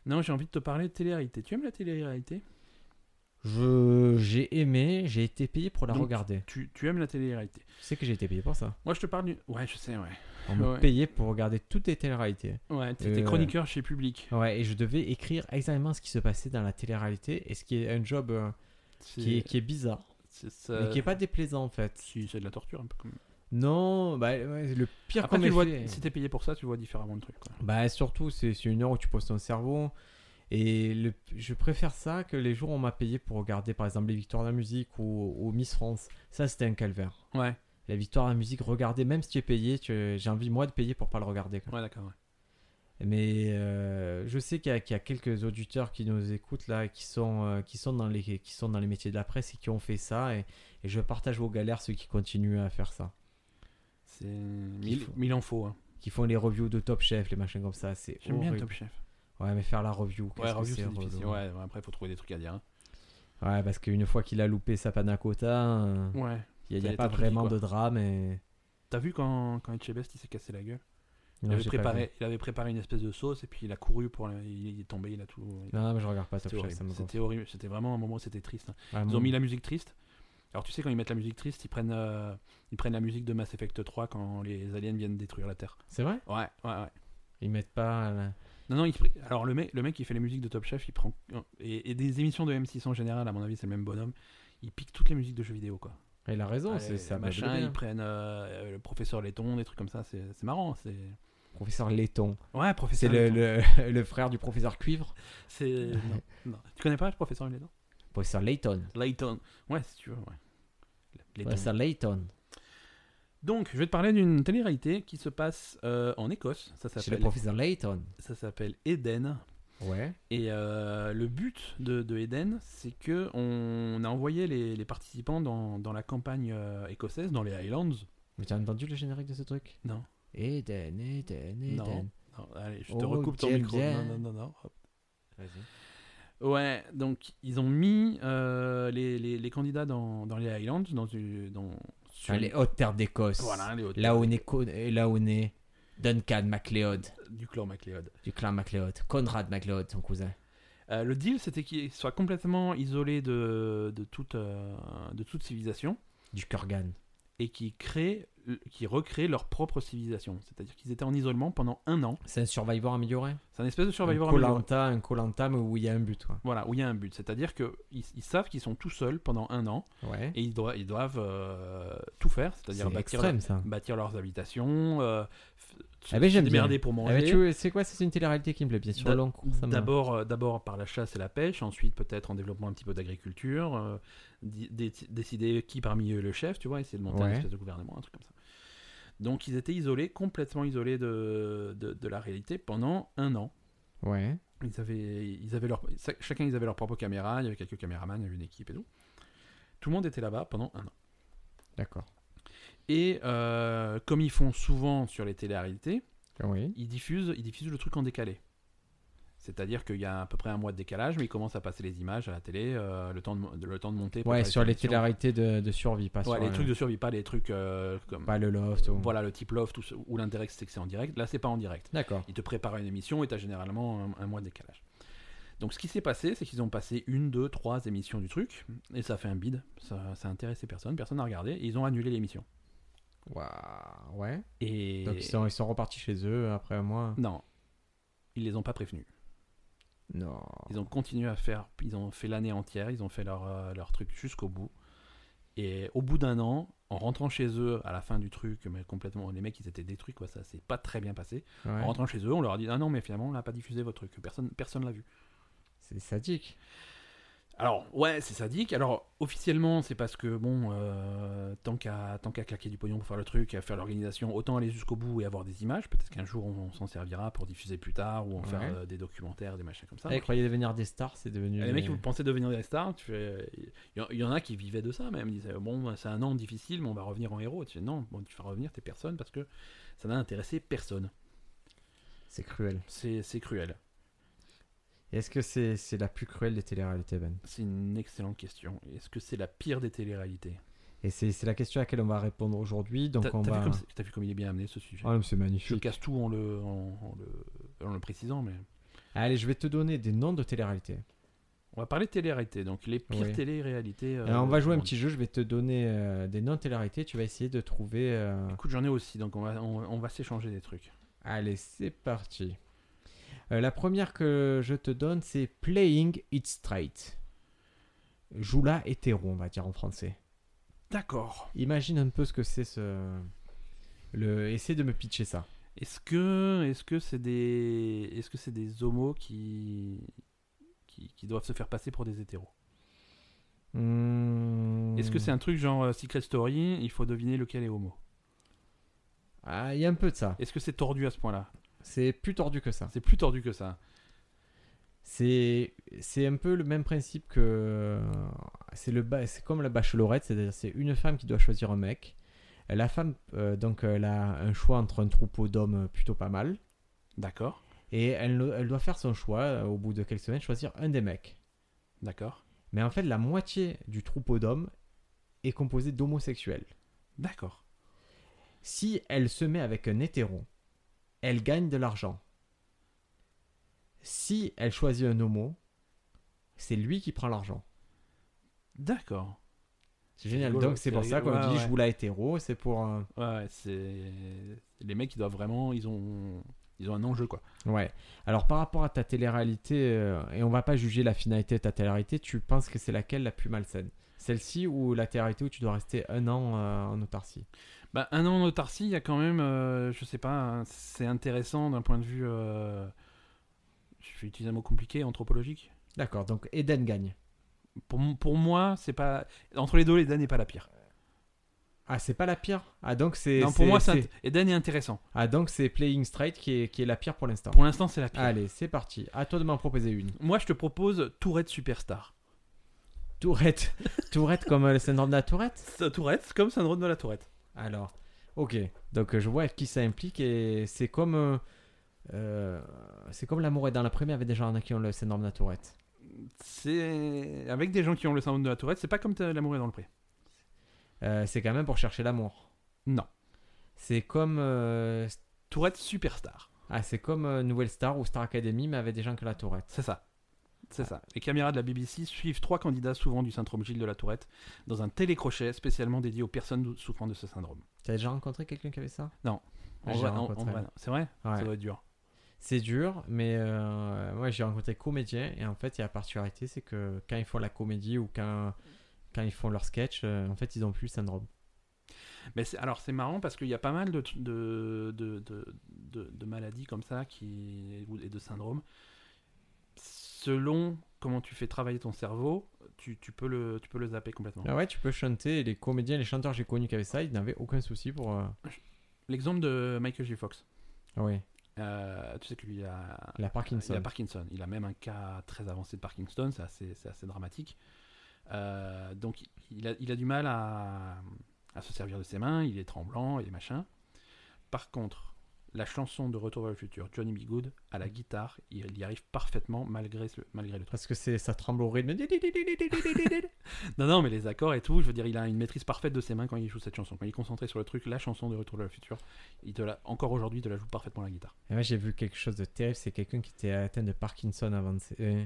B: Non, j'ai envie de te parler de télé-réalité. Tu aimes la télé-réalité
A: Je, j'ai aimé, j'ai été payé pour la
B: Donc,
A: regarder.
B: tu, tu aimes la télé-réalité.
A: Tu sais que j'ai été payé pour ça.
B: Moi, je te parle du. Ouais, je sais, ouais.
A: On me
B: Ouais.
A: payait pour regarder toutes les téléréalités.
B: Ouais, t'es t'es
A: Euh,
B: chroniqueur chez Public.
A: Ouais, et je devais écrire exactement ce qui se passait dans la télé-réalité, et ce qui est un job euh, qui, est, qui est bizarre,
B: c'est ça-
A: mais qui est pas déplaisant en fait.
B: Si, c'est de la torture un peu comme.
A: Non, bah, ouais, le pire
B: Après,
A: qu'on
B: tu
A: ait
B: le vois,
A: fait-
B: si t'es payé pour ça, tu vois différemment le truc. quoi.
A: Bah surtout, c'est c'est une heure où tu poses ton cerveau. Et le- je préfère ça que les jours où on m'a payé pour regarder par exemple les victoires de la musique ou, ou Miss France. Ça, c'était un calvaire.
B: Ouais,
A: La victoire de la musique, regarder, même si tu es payé, tu- j'ai envie moi de payer pour pas le regarder. quoi.
B: ouais, d'accord. ouais.
A: Mais euh, je sais qu'il y, a- qu'il y a quelques auditeurs qui nous écoutent là, qui sont, euh, qui, sont dans les, qui sont dans les métiers de la presse et qui ont fait ça. Et, et je partage vos galères ceux qui continuent à faire ça.
B: C'est. Mille,
A: faut.
B: mille en faux. hein.
A: Qui font les reviews de Top Chef, les machins comme ça. C'est
B: J'aime bien
A: horrible.
B: Top Chef.
A: Ouais, mais faire la review,
B: Ouais,
A: qu'est-ce que
B: review, c'est
A: relou.
B: difficile. Ouais, ouais, après, faut trouver des trucs à dire. hein.
A: Ouais, parce qu'une fois qu'il a loupé sa panna cotta, il
B: Ouais.
A: n'y a,
B: t'as
A: pas
B: tout dit,
A: vraiment
B: quoi.
A: de drame. Et...
B: T'as vu quand, quand Etchebest il s'est cassé la gueule il,
A: Non,
B: avait
A: j'ai pas vu.
B: préparé, il avait préparé une espèce de sauce et puis il a couru pour. la- Il est tombé, il a tout.
A: Non, mais je regarde pas Top
B: C'était
A: Chef,
B: horrible.
A: ça me Ah gonfle.
B: C'était horrible. C'était vraiment un moment, c'était triste. hein.
A: Ouais,
B: Ils
A: mon-
B: ont mis la musique triste. Alors tu sais quand ils mettent la musique triste, ils prennent, euh, ils prennent la musique de Mass Effect 3 quand les aliens viennent détruire la Terre.
A: C'est vrai
B: Ouais, ouais, ouais.
A: Ils mettent pas. la-
B: Non, non, il pr- alors le mec, le mec qui fait les musiques de Top Chef, il prend euh, et, et des émissions de M6 en général, à mon avis, c'est le même bonhomme. Il pique toutes les musiques de jeux vidéo quoi.
A: Il a raison,
B: Ouais,
A: c'est ça. va
B: machin,
A: bien.
B: Ah, ils prennent euh, euh, le professeur Letton, des trucs comme ça, c'est c'est marrant, c'est
A: Professeur Laiton.
B: Ouais,
A: C'est
B: professeur
A: le,
B: Letton.
A: le- <laughs> le frère du professeur Cuivre.
B: <laughs> C'est non, non. Tu connais pas le professeur Letton
A: Professeur Layton.
B: Letton. Ouais, si tu veux, ouais. Letton.
A: Professeur Layton.
B: Donc, je vais te parler d'une télé-réalité qui se passe euh, en Écosse. Ça
A: C'est le
B: s'appelle,
A: professeur Layton.
B: ça s'appelle Eden.
A: Ouais.
B: Et euh, le but de, de Eden, c'est que on a envoyé les, les participants dans, dans la campagne euh, écossaise, dans les Highlands.
A: Mais t'as entendu le générique de ce truc
B: Non.
A: Eden, Eden, Eden.
B: Non. Non, allez, je te
A: Oh,
B: recoupe ton
A: bien,
B: micro.
A: bien.
B: Non, non, non, non. hop.
A: Vas-y.
B: Ouais, donc ils ont mis euh, les, les- les candidats dans, dans les Highlands, dans, une- dans
A: Sur
B: sur
A: les hautes terres d'Écosse.
B: voilà, les hautes-
A: Là où on est, con- et là où on est Duncan MacLeod,
B: du clan MacLeod.
A: du clan MacLeod, Conrad MacLeod, son cousin.
B: Euh, le deal, c'était qu'il soit complètement isolé de, de, toute, euh, de toute civilisation
A: Du Kurgan.
B: et qu'ils créent, qu'ils recréent leur propre civilisation. C'est-à-dire qu'ils étaient en isolement pendant un an.
A: C'est un survivor amélioré
B: C'est un espèce de survivor
A: Un
B: amélioré.
A: Colanta, un Colanta, mais où il y a un but. quoi.
B: Voilà, où il y a un but. C'est-à-dire qu'ils ils savent qu'ils sont tout seuls pendant un an
A: Ouais.
B: et ils, doivent- ils doivent euh, tout faire,
A: C'est
B: c'est-à-dire bâtir,
A: extrême ça.
B: bâtir leurs habitations, euh, f- se
A: Ah ben, j'aime
B: démerder pour
A: Ah
B: manger.
A: ben, tu veux, c'est quoi C'est une télé-réalité qui me plaît bien. Sur
B: D'a-
A: le long cours, ça me-
B: D'abord, euh, d'abord par la chasse et la pêche, ensuite peut-être en développant un petit peu d'agriculture, euh, di- dé- décider qui parmi eux est le chef, tu vois, essayer de monter un
A: Ouais.
B: espèce de gouvernement, un truc comme ça. Donc ils étaient isolés, complètement isolés de, de, de la réalité pendant un an.
A: Ouais.
B: Ils avaient, ils avaient leur, cha- chacun ils avaient leur propre caméra, il y avait quelques caméramans, il y avait une équipe et tout. Tout le monde était là-bas pendant un an.
A: D'accord.
B: Et euh, comme ils font souvent sur les téléréalités,
A: Oui.
B: ils diffusent, ils diffusent le truc en décalé. C'est-à-dire qu'il y a à peu près un mois de décalage, mais ils commencent à passer les images à la télé, euh, le, temps de, mo- le temps de monter.
A: Ouais,
B: préparer
A: sur les
B: l'émission.
A: télé-réalités de, de survie, pas
B: Ouais,
A: sur
B: les
A: euh,
B: trucs de survie, pas les trucs euh, comme.
A: pas le loft. ou-
B: Voilà, le type loft ou, ce- ou l'indirect, c'est que c'est en direct. Là, c'est pas en direct.
A: D'accord.
B: Ils te préparent une émission et t'as généralement un, un mois de décalage. Donc, ce qui s'est passé, c'est qu'ils ont passé une, deux, trois émissions du truc, et ça a fait un bide. Ça, ça a intéressé personne, personne n'a regardé, et ils ont annulé l'émission.
A: Waouh. Ouais.
B: Et.
A: Donc ils sont, ils sont repartis chez eux après un mois.
B: Non. Ils les ont pas prévenus.
A: Non.
B: Ils ont continué à faire, ils ont fait l'année entière, ils ont fait leur, euh, leur truc jusqu'au bout. Et au bout d'un an, en rentrant chez eux à la fin du truc, mais complètement, les mecs ils étaient détruits, quoi, ça s'est pas très bien passé.
A: Ouais.
B: En rentrant chez eux, on leur a dit Ah non, mais finalement on n'a pas diffusé votre truc, personne personne l'a vu.
A: C'est sadique.
B: Alors, ouais, c'est sadique. Alors, officiellement, c'est parce que, bon, euh, tant qu'à tant qu'à claquer du pognon pour faire le truc, à faire l'organisation, autant aller jusqu'au bout et avoir des images. Peut-être qu'un jour, on, on s'en servira pour diffuser plus tard ou en
A: Ouais.
B: faire euh, des documentaires, des machins comme ça.
A: Ils croyaient devenir des stars, c'est devenu.
B: Et les mecs, ils pensaient devenir des stars. Tu fais... il, y en, il y en a qui vivaient de ça même. Ils disaient Bon, c'est un an difficile, mais on va revenir en héros. Tu fais, Non, bon, tu vas revenir, t'es personne parce que ça n'a intéressé personne.
A: C'est cruel.
B: C'est c'est cruel.
A: Et Est-ce que c'est c'est la plus cruelle des téléréalités, Ben
B: C'est une excellente question. Est-ce que c'est la pire des téléréalités
A: Et c'est c'est la question à laquelle on va répondre aujourd'hui. Donc
B: T'as
A: on
B: t'as
A: va.
B: vu, comme c'est- t'as vu comme il est bien amené ce sujet
A: Oh, mais c'est
B: Je le
A: magnifique.
B: casse tout en le, en, en le, en le précisant, mais.
A: Allez, je vais te donner des noms de téléréalités.
B: On va parler de télé-réalité, donc les pires
A: Oui.
B: télé-réalités. euh,
A: Alors, on va jouer un
B: du
A: petit jeu. Je vais te donner euh, des noms de téléréalités. Tu vas essayer de trouver. euh,
B: monde. Écoute, j'en ai aussi, donc on va, on, on va s'échanger des trucs.
A: Allez, c'est parti. Euh, la première que je te donne, c'est Playing It Straight. Joue la hétéro, on va dire en français.
B: D'accord.
A: Imagine un peu ce que c'est ce. Le... Essaye de me pitcher ça.
B: Est-ce que est-ce que c'est des est-ce que c'est des homos qui, qui qui doivent se faire passer pour des hétéros
A: Hmm.
B: Est-ce que c'est un truc genre euh, Secret Story Il faut deviner lequel est homo.
A: Ah, il y a un peu de ça.
B: Est-ce que c'est tordu à ce point-là
A: C'est plus tordu que ça.
B: C'est plus tordu que ça.
A: C'est c'est un peu le même principe que c'est le ba- c'est comme la bachelorette, c'est-à-dire c'est une femme qui doit choisir un mec. La femme euh, donc elle a un choix entre un troupeau d'hommes plutôt pas mal
B: D'accord,
A: et elle, le- elle doit faire son choix euh, au bout de quelques semaines choisir un des mecs.
B: d'accord,
A: Mais en fait la moitié du troupeau d'hommes est composée d'homosexuels.
B: d'accord.
A: Si elle se met avec un hétéro, elle gagne de l'argent. Si elle choisit un homo, c'est lui qui prend l'argent.
B: D'accord.
A: C'est génial.
B: rigolo,
A: Donc c'est
B: c'est
A: pour ça qu'on
B: rigolo. Ouais,
A: dit
B: ouais.
A: je joue la hétéro, c'est pour euh,
B: Ouais, ouais, c'est les mecs qui doivent vraiment ils ont ils ont un enjeu quoi.
A: ouais. Alors par rapport à ta télé-réalité euh, et on va pas juger la finalité de ta télé-réalité, tu penses que c'est laquelle la plus malsaine Celle-ci ou la télé-réalité où tu dois rester un an euh, en autarcie
B: Bah, un an en autarcie, il y a quand même, euh, je sais pas, hein, c'est intéressant d'un point de vue. euh, je vais utiliser un mot compliqué, anthropologique.
A: D'accord. Donc Eden gagne.
B: Pour, m- pour moi, c'est pas. Entre les deux, Eden n'est pas la pire.
A: Ah, c'est pas la pire. Ah donc c'est
B: Non, pour moi, c'est
A: c'est
B: int- Eden est intéressant.
A: Ah donc c'est Playing Straight qui est qui est la pire pour l'instant.
B: Pour l'instant, c'est la pire.
A: Allez, c'est parti. À toi de m'en proposer une.
B: Moi, je te propose Tourette Superstar. <laughs>
A: Tourette. Tourette comme euh, le syndrome de la Tourette
B: Ça, Tourette, c'est comme syndrome de la Tourette.
A: Alors, ok. Donc euh, je vois qui ça implique et c'est comme. euh, euh, c'est comme l'amour est dans la première avec des gens qui ont le syndrome de la Tourette.
B: C'est. Avec des gens qui ont le syndrome de la Tourette, c'est pas comme t'as l'amour est dans le pré.
A: Euh, c'est quand même pour chercher l'amour.
B: Non.
A: C'est comme. euh,
B: Tourette Superstar.
A: ah, c'est comme euh, Nouvelle Star ou Star Academy mais avec des gens qui ont la Tourette.
B: C'est ça.
A: Ah.
B: C'est ça. Les caméras de la BBC suivent trois candidats souvent du syndrome Gilles de la Tourette dans un télécrochet spécialement dédié aux personnes dou- souffrant de ce syndrome.
A: T'as déjà rencontré quelqu'un qui avait ça
B: Non. En
A: Ah, J'ai
B: vrai, en- en
A: rencontré.
B: vrai, non. c'est vrai
A: Ouais.
B: Ça doit être dur.
A: C'est dur, mais euh, moi j'ai rencontré comédiens et en fait il y a la particularité c'est que quand ils font la comédie ou quand, quand ils font leur sketch, euh, en fait ils ont plus le syndrome.
B: Mais c'est- alors, c'est marrant parce qu'il y a pas mal de, tr- de, de, de- de- de maladies comme ça qui, ou- et de syndromes. Selon comment tu fais travailler ton cerveau, tu, tu peux, le, tu peux le zapper complètement.
A: Ah ouais, tu peux chanter et les comédiens, les chanteurs que j'ai connus qui avaient ça, ils n'avaient aucun souci pour. euh,
B: L'exemple de Michael J. Fox.
A: Ah ouais,
B: Euh, tu sais que lui a,
A: la Parkinson.
B: Ah, Il a Parkinson. Il a même un cas très avancé de Parkinson. C'est assez, c'est assez dramatique. Euh, donc, il a, il a du mal à, à se servir de ses mains. Il est tremblant, il est machin. Par contre, la chanson de Retour vers le futur, Johnny B. Good, à la guitare, il y arrive parfaitement malgré, ce- malgré le truc.
A: Parce que c'est ça tremble au
B: <laughs>
A: rythme.
B: Non, non, mais les accords et tout, je veux dire, il a une maîtrise parfaite de ses mains quand il joue cette chanson. Quand il est concentré sur le truc, la chanson de Retour vers le futur, il te la, encore aujourd'hui, il te la joue parfaitement à la guitare.
A: Et moi j'ai vu quelque chose de terrible, c'est quelqu'un qui était atteint de Parkinson avancé. euh,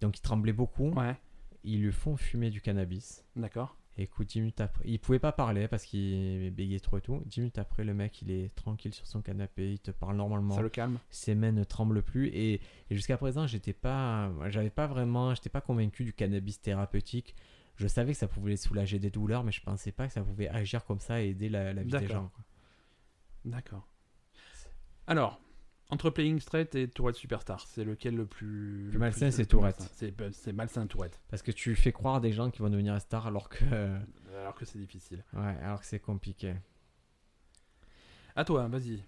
A: donc il tremblait beaucoup.
B: Ouais,
A: Ils lui font fumer du cannabis.
B: d'accord.
A: Écoute, 10 minutes après, il pouvait pas parler parce qu'il bégayait trop et tout. 10 minutes après, le mec, il est tranquille sur son canapé, il te parle normalement.
B: Ça le calme.
A: Ses mains ne tremblent plus et, et jusqu'à présent, j'étais pas j'avais pas vraiment, j'étais pas convaincu du cannabis thérapeutique. Je savais que ça pouvait soulager des douleurs, mais je pensais pas que ça pouvait agir comme ça et aider la, la vie des
B: D'accord.
A: gens. quoi.
B: D'accord. Alors, Entre Playing Straight et Tourette Superstar, c'est lequel le plus. le
A: malsain,
B: plus-
A: c'est
B: le plus
A: Tourette.
B: malsain C'est- ben, C'est malsain Tourette.
A: Parce que tu fais croire à des gens qui vont devenir stars alors que. euh,
B: Alors que c'est difficile.
A: Ouais, alors que c'est compliqué.
B: À toi, hein, vas-y.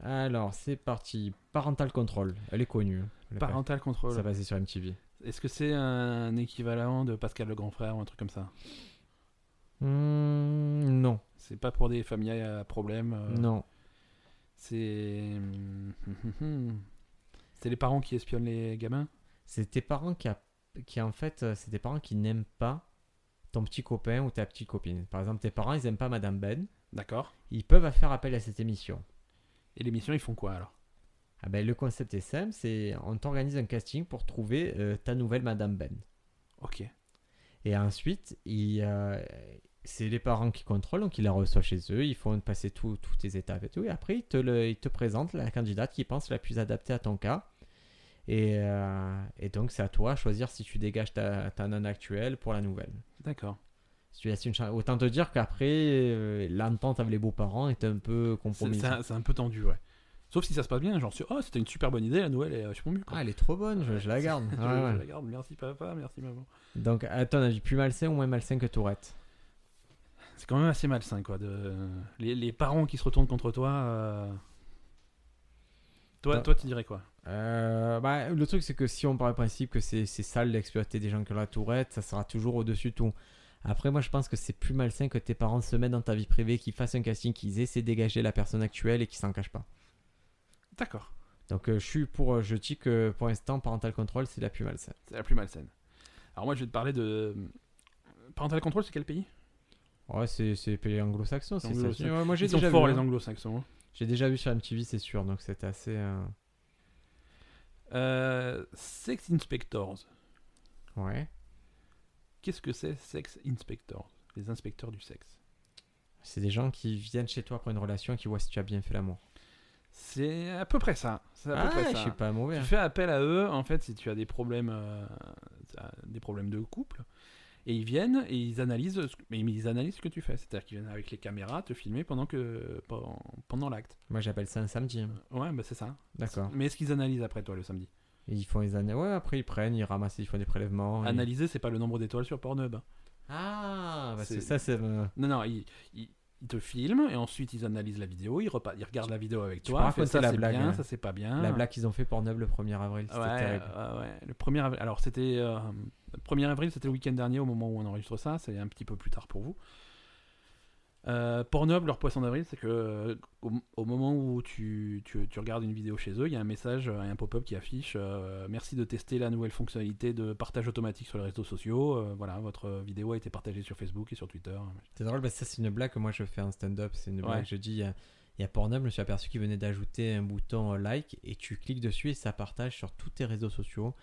A: Alors, c'est parti. Parental Control. Elle est connue. hein. Elle est pas-
B: Parental
A: Ça
B: Control.
A: passait sur MTV.
B: Est-ce que c'est un équivalent de Pascal le Grand Frère ou un truc comme ça
A: Hmm, non,
B: C'est pas pour des familles à problème. euh,
A: non.
B: C'est. hmm, C'est les parents qui espionnent les gamins
A: C'est tes parents qui, a- qui en fait, euh, c'est tes parents qui n'aiment pas ton petit copain ou ta petite copine. Par exemple, tes parents, ils n'aiment pas Madame Ben.
B: D'accord.
A: Ils peuvent faire appel à cette émission.
B: Et l'émission, ils font quoi alors
A: Ah ben, le concept est simple, c'est on t'organise un casting pour trouver euh, ta nouvelle Madame Ben.
B: Ok.
A: Et ensuite, il, euh, c'est les parents qui contrôlent, donc ils la reçoivent chez eux, ils font passer tout- toutes tes étapes et tout. Et après, ils te, le- ils te présentent la candidate qui pense la plus adaptée à ton cas. Et, euh, et donc, c'est à toi de choisir si tu dégages ta, ta nana actuelle pour la nouvelle.
B: D'accord.
A: Si tu laisses une chance. Autant te dire qu'après, euh, l'entente avec les beaux-parents est un peu
B: C'est
A: compromise.
B: c'est un, c'est un peu tendu, ouais. Sauf si ça se passe bien, genre, sur- oh, c'était une super bonne idée, la nouvelle, et je suis mon mieux. quoi.
A: Ah, elle est trop bonne, je, je la garde.
B: <laughs> Je-
A: Ouais, ouais.
B: je la garde, merci papa, merci maman.
A: Donc, à ton avis, plus malsain ou moins malsain que Tourette
B: C'est quand même assez malsain, quoi. De... Les, les parents qui se retournent contre toi. euh, Toi,
A: Bah.
B: toi, tu dirais quoi
A: Euh, bah, le truc, c'est que si on part du principe que c'est c'est sale d'exploiter des gens qui ont la tourette, ça sera toujours au-dessus de tout. Après, moi, je pense que c'est plus malsain que tes parents se mettent dans ta vie privée, qu'ils fassent un casting, qu'ils essaient de dégager la personne actuelle et qu'ils s'en cachent pas.
B: D'accord.
A: Donc, euh, je suis pour. euh, je dis que pour l'instant, parental control, c'est la plus malsaine.
B: C'est la plus malsaine. Alors, moi, je vais te parler de. Parental Control, c'est quel pays
A: Ouais, c'est c'est pays anglo-saxon, c'est ça.
B: Anglo-saxon.
A: Ouais, moi, j'ai
B: Ils sont
A: déjà, vu,
B: forts, les
A: hein.
B: anglo-saxons. hein.
A: J'ai déjà vu sur MTV, c'est sûr. Donc, c'était assez. euh,
B: Euh, Sex Inspectors.
A: Ouais.
B: Qu'est-ce que c'est Sex Inspectors Les inspecteurs du sexe.
A: C'est des gens qui viennent chez toi pour une relation et qui voient si tu as bien fait l'amour.
B: C'est à peu près ça. C'est à peu près
A: Ah, je
B: ça.
A: suis pas mauvais.
B: Tu
A: hein.
B: fais appel à eux, en fait, si tu as des problèmes, euh, t'as des problèmes de couple, et ils viennent et ils analysent, ce que- mais ils analysent ce que tu fais. C'est-à-dire qu'ils viennent avec les caméras te filmer pendant que pendant, pendant l'acte.
A: Moi, j'appelle ça un samedi. hein.
B: Ouais, bah c'est ça.
A: D'accord.
B: Mais est-ce qu'ils analysent après toi le samedi
A: Et Ils font les années. Ouais, après ils prennent, ils ramassent, ils font des prélèvements. ils-
B: Analyser, c'est pas le nombre d'étoiles sur Pornhub.
A: Ah, parce
B: C'est-
A: que ça, c'est. euh,
B: Non, non, ils, ils- ils te filment et ensuite ils analysent la vidéo, ils, repa- ils regardent la vidéo avec
A: Tu
B: toi.
A: peux
B: ils font,
A: raconter
B: ça
A: la
B: c'est
A: blague,
B: bien,
A: hein.
B: ça c'est pas bien.
A: La blague qu'ils ont fait pour Neuve le 1er avril,
B: Ah. Ouais,
A: c'était terrible.
B: ouais, ouais. Le 1er avril, alors c'était euh, le 1er avril, c'était le week-end dernier au moment où on enregistre ça, c'est un petit peu plus tard pour vous. Euh, Pornhub, leur poisson d'avril, c'est que euh, au, au moment où tu, tu- tu regardes une vidéo chez eux, il y a un message, euh, un pop-up qui affiche euh, Merci de tester la nouvelle fonctionnalité de partage automatique sur les réseaux sociaux. Euh, voilà, votre vidéo a été partagée sur Facebook et sur Twitter.
A: C'est drôle, parce que ça, c'est une blague que moi je fais en stand-up. C'est une
B: Ouais.
A: blague, je dis, il y a, il y a Pornhub, je me suis aperçu qu'ils venaient d'ajouter un bouton euh, like et tu cliques dessus et ça partage sur tous tes réseaux sociaux.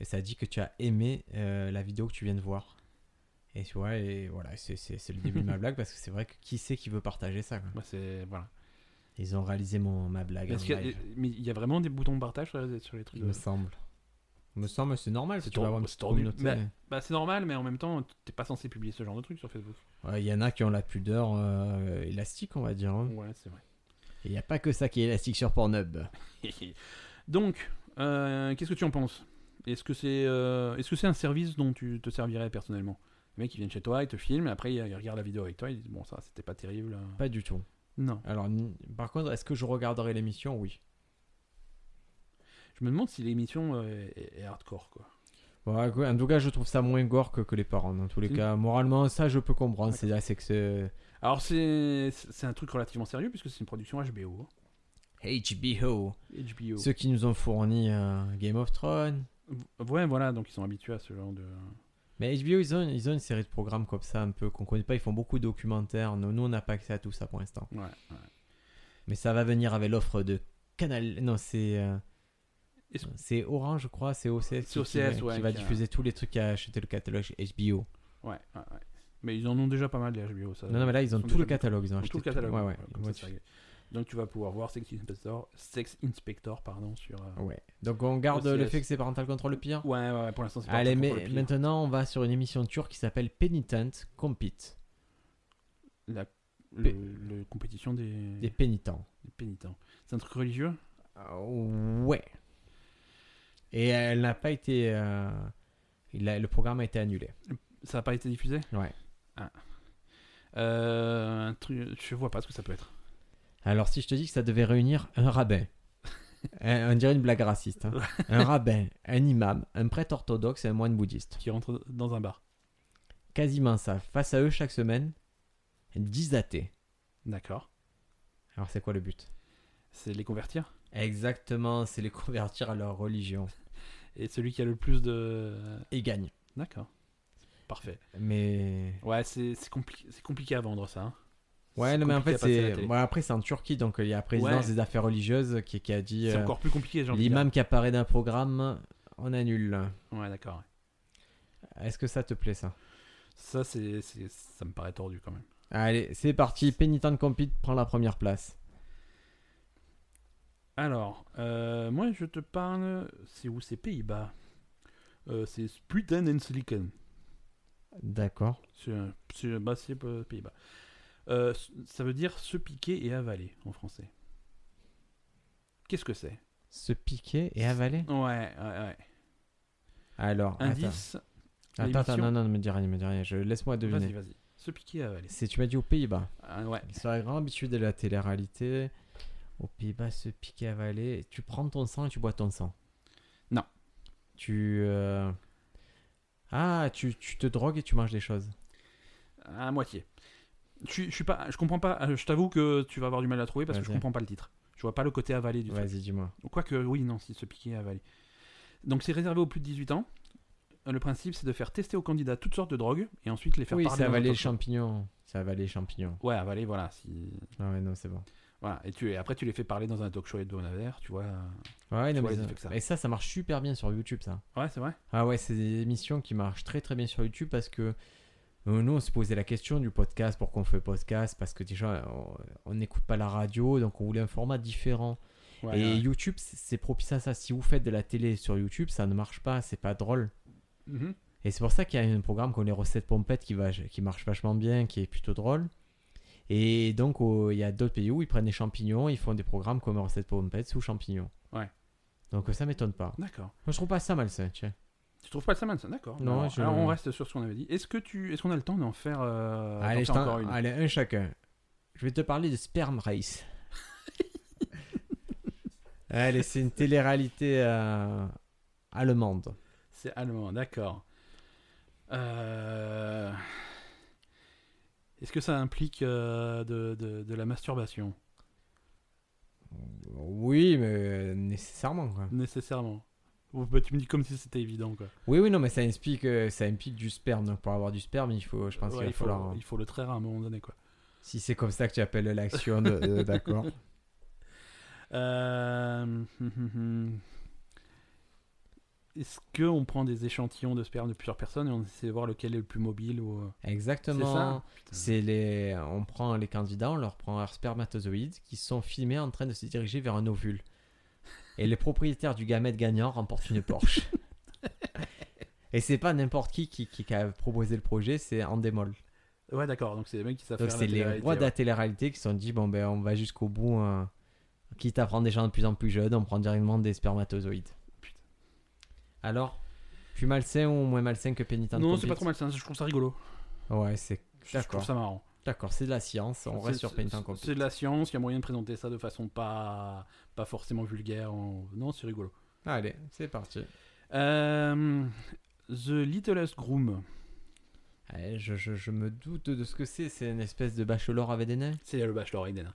A: Et ça dit que tu as aimé euh, la vidéo que tu viens de voir. Et tu vois, et voilà, c'est- c'est c'est le début de
B: <laughs>
A: ma blague parce que c'est vrai que qui c'est qui veut partager ça quoi
B: Moi, c'est. Voilà.
A: Ils ont réalisé mon, ma blague.
B: Est-ce
A: en
B: qu'il y a-
A: live,
B: mais il y a vraiment des boutons de partage sur les, sur les trucs
A: il
B: de-
A: me semble. Il me semble, c'est normal.
B: C'est
A: parce que tu vas avoir une
B: tordu-
A: petite
B: c'est tordu.
A: communauté.
B: Mais- Bah, c'est normal, mais en même temps, t'es pas censé publier ce genre de truc sur Facebook.
A: Ouais, Il y en a qui ont la pudeur euh, élastique, on va dire. hein.
B: Ouais, c'est vrai.
A: Et il n'y a pas que ça qui est élastique sur Pornhub.
B: <laughs> Donc, euh, qu'est-ce que tu en penses Est-ce que c'est euh, est-ce que c'est un service dont tu te servirais personnellement Les mecs, ils viennent chez toi, ils te filment, et après, ils regardent la vidéo avec toi, ils disent Bon, ça, c'était pas terrible. euh.
A: Pas du tout.
B: Non.
A: Alors, n- par contre, est-ce que je regarderai l'émission Oui.
B: Je me demande si l'émission euh, est, est hardcore, quoi.
A: Ouais, quoi, Bah, en tout cas, je trouve ça moins gore que, que les parents. Dans tous les
B: Mm.
A: cas, moralement, ça, je peux comprendre. C'est là, c'est que c'est
B: Alors, c'est c'est un truc relativement sérieux, puisque c'est une production HBO.
A: HBO.
B: HBO.
A: Ceux qui nous ont fourni euh, Game of Thrones.
B: Ouais, voilà, donc ils sont habitués à ce genre de.
A: Mais HBO, ils ont, ils ont une série de programmes comme ça, un peu qu'on connaît pas. Ils font beaucoup de documentaires. Nous, nous, on n'a pas accès à tout ça pour l'instant.
B: Ouais.
A: Mais ça va venir avec l'offre de Canal. Non, c'est. euh,
B: Est-ce-
A: C'est Orange, je crois, c'est OCS. qui-
B: C'est OCS,
A: qui,
B: ouais,
A: qui va
B: qui a-
A: diffuser tous les trucs à acheter le catalogue chez HBO.
B: Ouais, ouais, ouais. Mais ils en ont déjà pas mal, les HBO. Ça,
A: non, non, mais là, ils ont
B: sont
A: tout le
B: déjà-
A: catalogue. Ils ont
B: Dans
A: acheté
B: tout le catalogue.
A: Ouais, ouais.
B: Voilà,
A: Ils
B: comme
A: vont
B: ça, ça arrive. Donc tu vas pouvoir voir Sex Inspector, Sex Inspector pardon, sur. euh,
A: dessus. Ouais. Donc, on garde le
B: OCS.
A: fait que c'est Parental Control le pire.
B: Ouais, ouais, ouais, pour l'instant c'est pas
A: Allez,
B: encore
A: mais
B: pour le pire.
A: maintenant, on va sur une émission turque qui s'appelle Penitent Compete.
B: La le-
A: P-
B: le compétition des,
A: Des pénitents.
B: des pénitents. C'est un truc religieux
A: Euh, ouais. Et elle n'a pas été. euh, il a- le programme a été annulé.
B: Ça n'a pas été diffusé
A: Ouais.
B: Ah. Euh, un truc, je vois pas ce que ça peut être.
A: Alors, si je te dis que ça devait réunir un rabbin, <laughs> un- on dirait une blague raciste,
B: <laughs>
A: hein. un rabbin, un imam, un prêtre orthodoxe et un moine bouddhiste,
B: Qui rentre dans un bar.
A: quasiment ça, face à eux chaque semaine, 10 athées.
B: D'accord.
A: Alors, c'est quoi le but
B: C'est les convertir.
A: Exactement, c'est les <laughs> convertir à leur religion.
B: Et celui qui a le plus de.
A: Et gagnent.
B: D'accord. Parfait.
A: Mais
B: Ouais, c'est c'est compli- c'est compliqué à vendre ça. hein.
A: Ouais,
B: C'est
A: non, mais en
B: compliqué
A: fait,
B: à passer à la
A: c'est.
B: télé.
A: bon, après, c'est en Turquie, donc euh, il y a la présidence
B: Ouais.
A: des affaires religieuses qui, qui a dit
B: C'est
A: euh,
B: encore plus hein. compliqué, j'ai envie de
A: l'imam qui apparaît d'un programme, on annule.
B: dire. Ouais, d'accord. ouais.
A: Est-ce que ça te plaît, ça
B: Ça, c'est c'est- ça me paraît tordu quand même.
A: Allez, c'est parti. Pénitent Compete prend la première place.
B: Alors, euh, moi, je te parle. C'est où C'est Pays-Bas. Euh, c'est Spuiten and Silicon.
A: D'accord.
B: C'est un- c'est un- bah, c'est, euh, Pays-Bas. Euh, s- ça veut dire se piquer et avaler en français. Qu'est-ce que c'est
A: Se piquer et avaler
B: Ouais, ouais, ouais.
A: Alors,
B: Indice.
A: attends. Attends, attends, non,
B: l'émission-
A: non, ne me dis rien, ne me dis rien. Je... Laisse-moi
B: Vas-y,
A: deviner.
B: vas-y. Se piquer et avaler.
A: C'est, tu m'as dit aux Pays-Bas.
B: Ah, ouais.
A: Ils sont vraiment habitués de la télé-réalité. Aux Pays-Bas, se piquer, avaler. Tu prends ton sang et tu bois ton sang.
B: Non.
A: Tu. euh, Ah, tu, tu te drogues et tu manges des choses.
B: À moitié. Je, suis- je suis pas, je comprends pas. euh, Je t'avoue que tu vas avoir du mal à trouver parce que je
A: Vas-y.
B: comprends pas le titre. Je vois pas le côté avaler du truc.
A: Vas-y, dis-moi.
B: Quoique, oui, non, si se piquer et avaler. Donc c'est réservé aux plus de 18 ans. Euh, Le principe, c'est de faire tester aux candidats toutes sortes de drogues et ensuite les faire
A: Oui,
B: parler.
A: c'est
B: dans un
A: avaler les
B: talk show.
A: champignons. C'est avaler les champignons.
B: Ouais, avaler, voilà. Si...
A: Ah ouais, non, c'est bon.
B: Voilà, et, tu, et après tu les fais parler dans un talk show hebdomadaire, tu vois. euh.
A: Ouais, non,
B: vois
A: mais
B: les
A: ça-
B: effets que ça a.
A: Et ça, ça marche super bien sur YouTube, ça.
B: Ouais, c'est vrai.
A: Ah ouais, c'est des émissions qui marchent très très bien sur YouTube parce que euh, nous, on se posait la question du podcast, pourquoi on fait podcast, parce que déjà, on- on n'écoute pas la radio, donc on voulait un format différent.
B: Ouais,
A: et
B: ouais.
A: YouTube, c'est c'est propice à ça. Si vous faites de la télé sur YouTube, ça ne marche pas, c'est pas drôle.
B: Mhm.
A: Et c'est pour ça qu'il y a un programme qu'on les recettes pompettes qui, va, qui marche vachement bien, qui est plutôt drôle. Et donc, au- il y a d'autres pays où ils prennent des champignons, ils font des programmes comme recettes pompettes sous champignons.
B: Ouais.
A: Donc, euh, ça m'étonne pas.
B: D'accord.
A: Moi, je trouve pas ça malsain, tiens.
B: Tu trouves pas le Saman, ça D'accord.
A: Non,
B: alors,
A: je-
B: alors, on reste sur ce qu'on avait dit. Est-ce que tu, est-ce qu'on a le temps d'en faire, euh, d'en
A: allez, je
B: faire
A: t'en-
B: encore une
A: allez, un chacun. Je vais te parler de Sperm
B: <laughs>
A: Race. allez, c'est une télé-réalité euh, allemande.
B: C'est allemand, d'accord. Euh, Est-ce que ça implique euh, de, de- de la masturbation
A: Oui, mais euh, nécessairement, quoi.
B: Nécessairement. Ou bah, tu me dis comme si c'était évident, quoi.
A: Oui, oui, non, mais ça implique, euh, ça implique du sperme. Donc, pour avoir du sperme, il faut, je pense
B: Ouais,
A: qu'il va
B: il, faut,
A: falloir...
B: il faut le traire à un moment donné, quoi.
A: Si c'est comme ça que tu appelles l'action, de-
B: <laughs>
A: de- d'accord.
B: Euh, <laughs> Est-ce qu'on prend des échantillons de sperme de plusieurs personnes et on essaie de voir lequel est le plus mobile ou... euh, C'est
A: Exactement.
B: ça
A: C'est les, on prend les candidats, on leur prend leurs spermatozoïdes qui sont filmés en train de se diriger vers un ovule. Et les propriétaires du gamète gagnant remportent une Porsche.
B: <laughs>
A: Et c'est pas n'importe qui qui, qui- qui a proposé le projet, c'est en démol.
B: Ouais, d'accord, donc c'est les mecs qui savent
A: Donc
B: faire
A: c'est
B: la
A: les
B: télé-réalité,
A: rois de la
B: ouais.
A: télé-réalité qui se sont dit bon ben on va jusqu'au bout, hein. quitte à prendre des gens de plus en plus jeunes, on prend directement des spermatozoïdes.
B: Putain.
A: Alors, plus malsain ou moins malsain que pénitent
B: Non, c'est
A: Compete
B: pas trop mal, ça, je trouve ça rigolo.
A: Ouais, c'est
B: Je
A: D'accord.
B: trouve ça marrant.
A: d'accord, c'est de la science, on
B: C'est-
A: reste sur
B: c'est-
A: pénitent
B: c'est-
A: Compete.
B: C'est de la science, il y a moyen de présenter ça de façon pas, pas forcément vulgaire. en- Non, c'est rigolo.
A: Allez, c'est parti.
B: Euh, The Littlest Groom,
A: Allez, je, je- je me doute de ce que c'est. C'est une espèce de bachelor avec des nains.
B: c'est le Bachelor Eden.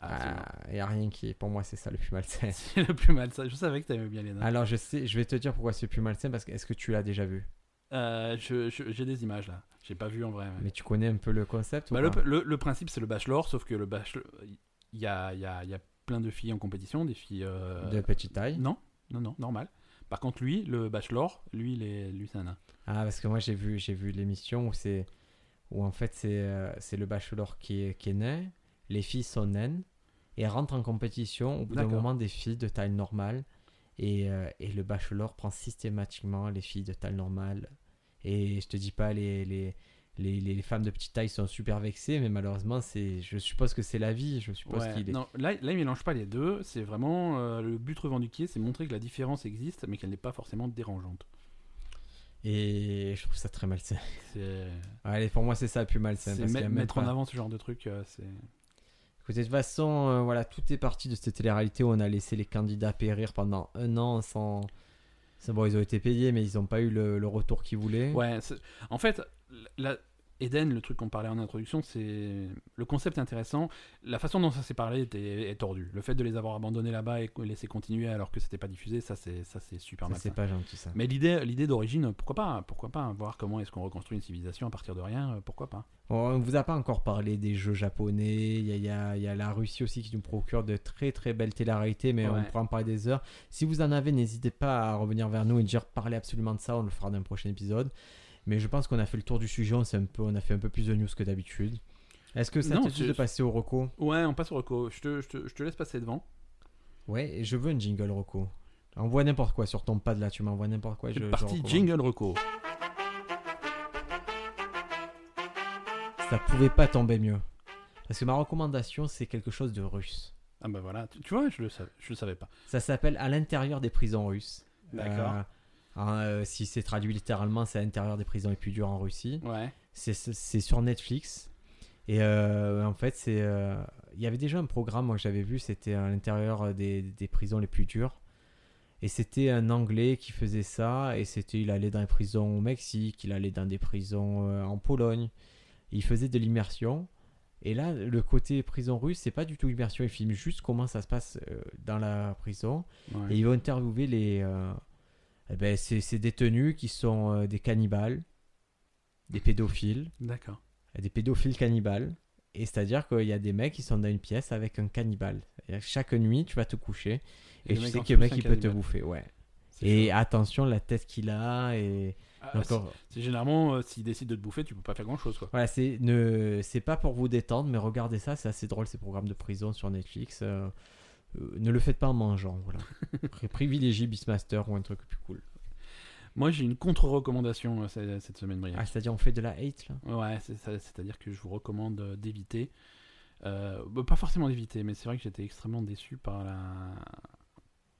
B: Absolument.
A: Ah, y a rien qui. Pour moi, c'est ça le plus malsain.
B: C'est le plus mal, ça. Je savais que t'aimais bien les nains.
A: Alors, je sais, je vais te dire pourquoi c'est le plus malsain parce que est-ce que tu l'as déjà vu
B: Euh, je- je- J'ai des images là, j'ai pas vu en vrai. mais-
A: Mais tu connais un peu le concept ou
B: Bah, le,
A: pas
B: le- le principe, c'est le bachelor, sauf que le bachelor, il y a, il y a- il y a plein de filles en compétition, des filles. euh,
A: De petite taille.
B: Non, non, non, normal. Par contre, lui, le bachelor, lui, il est- lui c'est un nain.
A: Ah, parce que moi, j'ai vu, j'ai vu l'émission où c'est, où en fait, c'est, euh, c'est le bachelor qui est, qui est nain. Les filles sont naines et elles rentrent en compétition au bout d'un
B: D'accord.
A: moment des filles de taille normale. Et, euh, et le bachelor prend systématiquement les filles de taille normale. Et je te dis pas les, les, les, les femmes de petite taille sont super vexées, mais malheureusement, c'est, je suppose que c'est la vie. Je suppose
B: Ouais,
A: qu'il est.
B: Non, là, là, il mélange pas les deux. C'est vraiment euh, le but revendiqué, c'est montrer que la différence existe, mais qu'elle n'est pas forcément dérangeante.
A: Et je trouve ça très malsain.
B: C'est
A: Allez, pour moi, c'est ça, plus malsain.
B: c'est
A: parce qu'il y
B: met-
A: a même
B: mettre
A: pas-
B: en avant ce genre de truc. euh, c'est
A: Écoutez, de toute façon, euh, voilà, tout est parti de cette télé-réalité où on a laissé les candidats périr pendant un an sans. C'est bon, ils ont été payés, mais ils n'ont pas eu le, le retour qu'ils voulaient.
B: ouais. c'est- En fait, la... Eden, le truc qu'on parlait en introduction, c'est le concept est intéressant. La façon dont ça s'est parlé était... est tordue. Le fait de les avoir abandonnés là-bas et laisser continuer alors que c'était pas diffusé, ça c'est ça c'est super
A: Ça,
B: malsain.
A: c'est pas gentil, ça.
B: Mais l'idée, l'idée d'origine, pourquoi pas, pourquoi pas, voir comment est-ce qu'on reconstruit une civilisation à partir de rien, euh, pourquoi pas.
A: On ne vous a pas encore parlé des jeux japonais. Il y a, il y a- il y a la Russie aussi qui nous procure de très très belles télé-réalités, mais on
B: Ouais.
A: pourra en parler des heures. Si vous en avez, n'hésitez pas à revenir vers nous et dire parler absolument de ça. On le fera dans un prochain épisode. Mais je pense qu'on a fait le tour du sujet. On, s'est un peu, on a fait un peu plus de news que d'habitude. Est-ce que ça
B: Non,
A: te dit
B: c'est-
A: de passer au reco
B: Ouais, on passe au reco. Je te, je te- je te laisse passer devant.
A: Ouais, et je veux une jingle reco. Envoie n'importe quoi sur ton pad là. Tu m'envoies n'importe quoi. je-
B: C'est
A: je
B: parti,
A: recommande.
B: jingle reco.
A: Ça pouvait pas tomber mieux. Parce que ma recommandation, c'est quelque chose de russe.
B: Ah bah voilà, tu, tu vois, je le savais, je le savais pas.
A: Ça s'appelle À l'intérieur des prisons russes. Euh, hein, euh, si c'est traduit littéralement, c'est à l'intérieur des prisons les plus dures en Russie.
B: Ouais.
A: C'est- C'est c'est sur Netflix. Et euh, en fait, c'est euh, il y avait déjà un programme moi, que j'avais vu, c'était à l'intérieur des, des prisons les plus dures. Et c'était un Anglais qui faisait ça. Et c'était, il allait dans les prisons au Mexique, il allait dans des prisons euh, en Pologne. Il faisait de l'immersion. Et là, le côté prison russe, c'est pas du tout immersion. Il filme juste comment ça se passe euh, dans la prison.
B: ouais.
A: Et ils vont interviewer les, euh, eh ben, ces, ces détenus qui sont euh, des cannibales, des pédophiles,
B: D'accord.
A: euh, des pédophiles cannibales. Et c'est-à-dire qu'il y a des mecs qui sont dans une pièce avec un cannibale. C'est-à-dire que Chaque nuit, tu vas te coucher et,
B: le
A: tu
B: mec
A: sais
B: en
A: que le
B: plus,
A: mec
B: un
A: il peut te
B: cannibale.
A: bouffer. Ouais.
B: C'est
A: Et
B: chaud.
A: attention, la tête qu'il a. Et...
B: Ah,
A: Encore...
B: c'est- c'est généralement, euh, s'il décide de te bouffer, tu peux pas faire grand chose quoi.
A: Voilà, c'est ne c'est pas pour vous détendre, mais regardez ça, c'est assez drôle ces programmes de prison sur Netflix. Euh, euh, ne le faites pas en mangeant,
B: <laughs>
A: voilà. Pri- Privilégiez Beastmaster ou un truc plus cool.
B: Moi j'ai une contre-recommandation euh, cette, cette semaine, Brian.
A: Ah, c'est-à-dire on fait de la hate là.
B: Ouais, c'est ça, c'est-à-dire que je vous recommande euh, d'éviter. Euh, bah, pas forcément d'éviter, mais c'est vrai que j'étais extrêmement déçu par la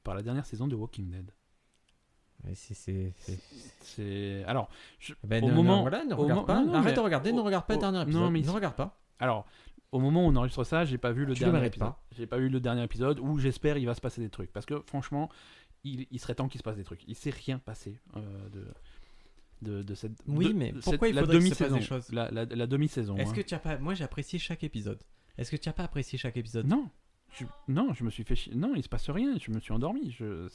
B: par la dernière saison de Walking Dead.
A: Ouais, c'est- c'est- c'est-
B: C'est alors je-
A: Ben,
B: au
A: non,
B: moment
A: non, voilà, ne
B: au
A: regarde
B: mo-
A: pas.
B: non, non,
A: Arrête
B: mais-
A: de regarder, ne
B: au-
A: regarde pas le
B: au-
A: dernier
B: non,
A: épisode.
B: mais
A: ne
B: c'est-
A: regarde pas.
B: Alors, au moment où on enregistre ça, j'ai pas vu le
A: Tu le
B: dernier
A: mérites
B: épisode.
A: pas.
B: J'ai pas vu le dernier épisode où j'espère il va se passer des trucs. Parce que franchement, il, il serait temps qu'il se passe des trucs. Il s'est rien passé euh, de, de, de cette.
A: Oui,
B: de-
A: mais
B: cette-
A: pourquoi il
B: la
A: faudrait qu'il se
B: demi-saison,
A: passe des choses
B: La, la- la demi-saison.
A: Est-ce
B: hein.
A: que tu as pas Moi, j'ai apprécié chaque épisode. Est-ce que tu as pas apprécié chaque épisode
B: Euh, Non, je, non, je me suis fait chier. Non, il se passe rien. Je me suis endormi. Je.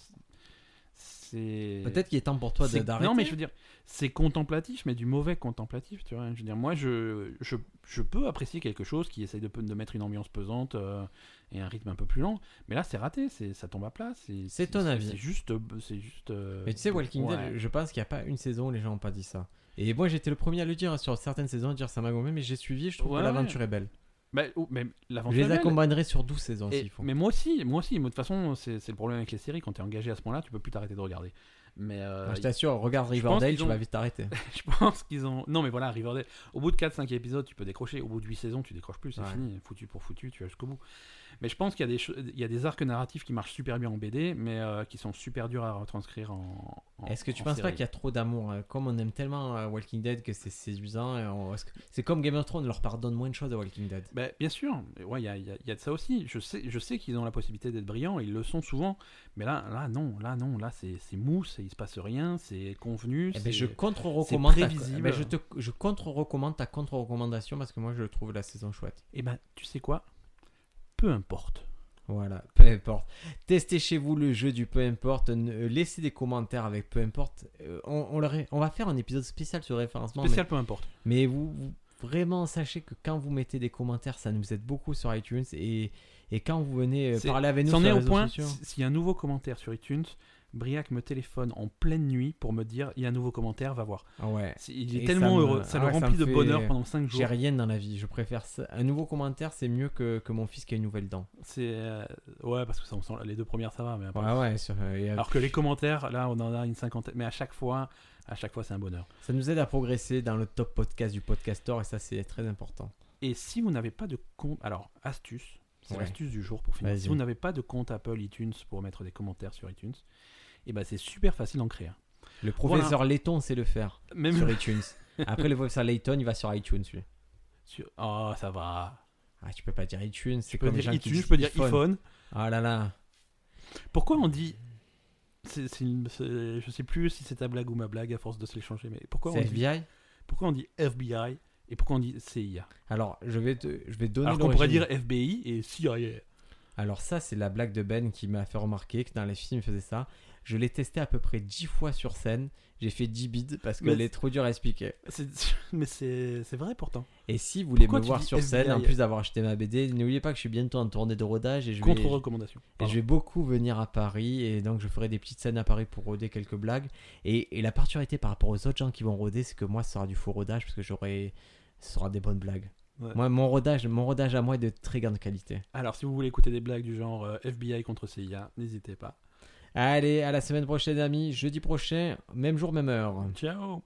B: C'est.
A: Peut-être qu'il est temps pour toi de-
B: C'est-
A: d'arrêter.
B: Non, mais je veux dire, c'est contemplatif, mais du mauvais contemplatif, tu vois. Je veux dire, moi, je, je, je peux apprécier quelque chose qui essaye de, de mettre une ambiance pesante euh, et un rythme un peu plus lent, mais là, c'est raté, c'est, ça tombe à plat. C'est,
A: C'est ton avis.
B: C'est juste. C'est juste euh,
A: Mais tu sais, Walking
B: ouais.
A: Dead, je pense qu'il n'y a pas une saison où les gens n'ont pas dit ça. Et moi, j'étais le premier à le dire hein, sur certaines saisons, à dire ça m'a gommé, mais j'ai suivi, je trouve
B: Ouais,
A: que
B: ouais.
A: l'aventure est belle.
B: Bah, ou- mais l'aventure
A: Je les
B: est belle.
A: accompagnerai sur 12 saisons
B: Et-
A: s'il faut.
B: mais moi aussi, moi aussi. Moi, de toute façon, c'est, c'est le problème avec les séries. Quand t'es engagé à ce point-là, tu peux plus t'arrêter de regarder. Mais euh,
A: Ah, je t'assure, regarde
B: je pense
A: Riverdale,
B: qu'ils
A: tu
B: ont-
A: vas vite t'arrêter.
B: <laughs> je pense qu'ils ont. Non, mais voilà, Riverdale. Au bout de 4-5 épisodes, tu peux décrocher. Au bout de 8 saisons, tu décroches plus. C'est
A: Ouais.
B: fini. Foutu pour foutu, tu vas jusqu'au bout. Mais je pense qu'il y, a des cho- il y a des arcs narratifs qui marchent super bien en BD, mais euh, qui sont super durs à retranscrire en. en-
A: Est-ce que tu
B: en
A: penses pas
B: série.
A: qu'il y a trop d'amour hein Comme on aime tellement euh, Walking Dead que c'est séduisant, et on- est-ce que- c'est comme Game of Thrones, on leur pardonne moins de choses à Walking Dead.
B: Ben, bien sûr, ouais, il y a, il y a- il y a de ça aussi. Je sais, je sais qu'ils ont la possibilité d'être brillants, ils le sont souvent, mais là, là non, là non, là c'est c'est mou, c'est- il se passe rien, c'est convenu.
A: Eh ben,
B: c'est-
A: je contre-recommande ta...
B: prévisible.
A: eh ben, je te... je contre-recommande ta contre-recommandation parce que moi je trouve la saison chouette.
B: Eh ben, tu sais quoi Peu importe.
A: Voilà, peu importe. Testez chez vous le jeu du peu importe. Ne- euh, Laissez des commentaires avec peu importe. Euh, on, on le ré- on va faire un épisode spécial sur le référencement.
B: Spécial, peu importe.
A: Mais, mais vous, vous- vraiment sachez que quand vous mettez des commentaires, ça nous aide beaucoup sur iTunes. Et, et quand vous venez euh,
B: C'est-
A: parler avec nous
B: C'en
A: sur
B: est
A: les
B: au
A: réseaux
B: point,
A: sociaux.
B: si- s'il y a un nouveau commentaire sur iTunes, Briac me téléphone en pleine nuit pour me dire il y a un nouveau commentaire, va voir.
A: Ah ouais.
B: C'est- Il est
A: Et
B: tellement
A: ça me-
B: heureux, ça
A: ah
B: le
A: ouais, ça
B: remplit
A: me
B: de
A: fait-
B: bonheur pendant 5
A: J'ai
B: jours.
A: rien dans la vie, je préfère ça. Un nouveau commentaire, c'est mieux que, que mon fils qui a une nouvelle dent.
B: C'est euh, ouais parce que ça, on sent les deux premières ça va, mais après-
A: Ouais, ouais. sur- euh, et, euh,
B: alors que les commentaires là on en a une cinquantaine, mais à chaque fois, à chaque fois c'est un bonheur.
A: Ça nous aide à progresser dans le top podcast du podcaster et ça, c'est très important.
B: Et si vous n'avez pas de compte, alors astuce, c'est
A: Ouais.
B: l'astuce du jour pour finir.
A: Vas-y.
B: Si vous n'avez pas de compte Apple iTunes pour mettre des commentaires sur iTunes, et ben c'est super facile d'en créer. un.
A: Le professeur Layton sait le <laughs> faire
B: Même
A: sur iTunes. Après, le professeur Layton, il va sur iTunes, lui.
B: <laughs> sur- oh ça va.
A: Ah, tu peux pas dire iTunes, c'est
B: Je peux
A: comme les
B: dire
A: gens qui
B: iTunes,
A: disent
B: je peux dire iPhone.
A: Ah là là.
B: Pourquoi on dit c'est, c'est une- c'est- je sais plus si c'est ta blague ou ma blague à force de se l'échanger, mais pourquoi on,
A: C'est
B: dit,
A: FBI
B: pourquoi on dit FBI et pourquoi on dit CIA
A: Alors, je vais, te, je vais donner
B: Alors qu'on pourrait
A: l'origine.
B: dire FBI et CIA.
A: Alors ça, c'est la blague de Ben qui m'a fait remarquer que dans les films, il faisait ça. Je l'ai testé à peu près 10 fois sur scène. J'ai fait 10 bides parce
B: Mais
A: qu'elle est
B: c'est-
A: trop dure à expliquer.
B: C'est- <laughs> mais c'est, c'est vrai pourtant.
A: Et si vous voulez
B: Pourquoi
A: me
B: tu
A: voir
B: dis
A: sur
B: FBI?
A: scène, en plus d'avoir acheté ma BD, n'oubliez pas que je suis bientôt en tournée de rodage et je, vais,
B: Contre recommandation.
A: et
B: Pardon.
A: je vais beaucoup venir à Paris. Et donc, je ferai des petites scènes à Paris pour roder quelques blagues. Et, et la particularité par rapport aux autres gens qui vont roder, c'est que moi, ce sera du faux rodage parce que j'aurai... Ce sera des bonnes blagues.
B: Ouais.
A: Moi, mon rodage, mon rodage à moi est de très grande qualité.
B: Alors si vous voulez écouter des blagues du genre euh, FBI contre CIA, n'hésitez pas.
A: Allez, à la semaine prochaine, amis. Jeudi prochain, même jour, même heure.
B: Ciao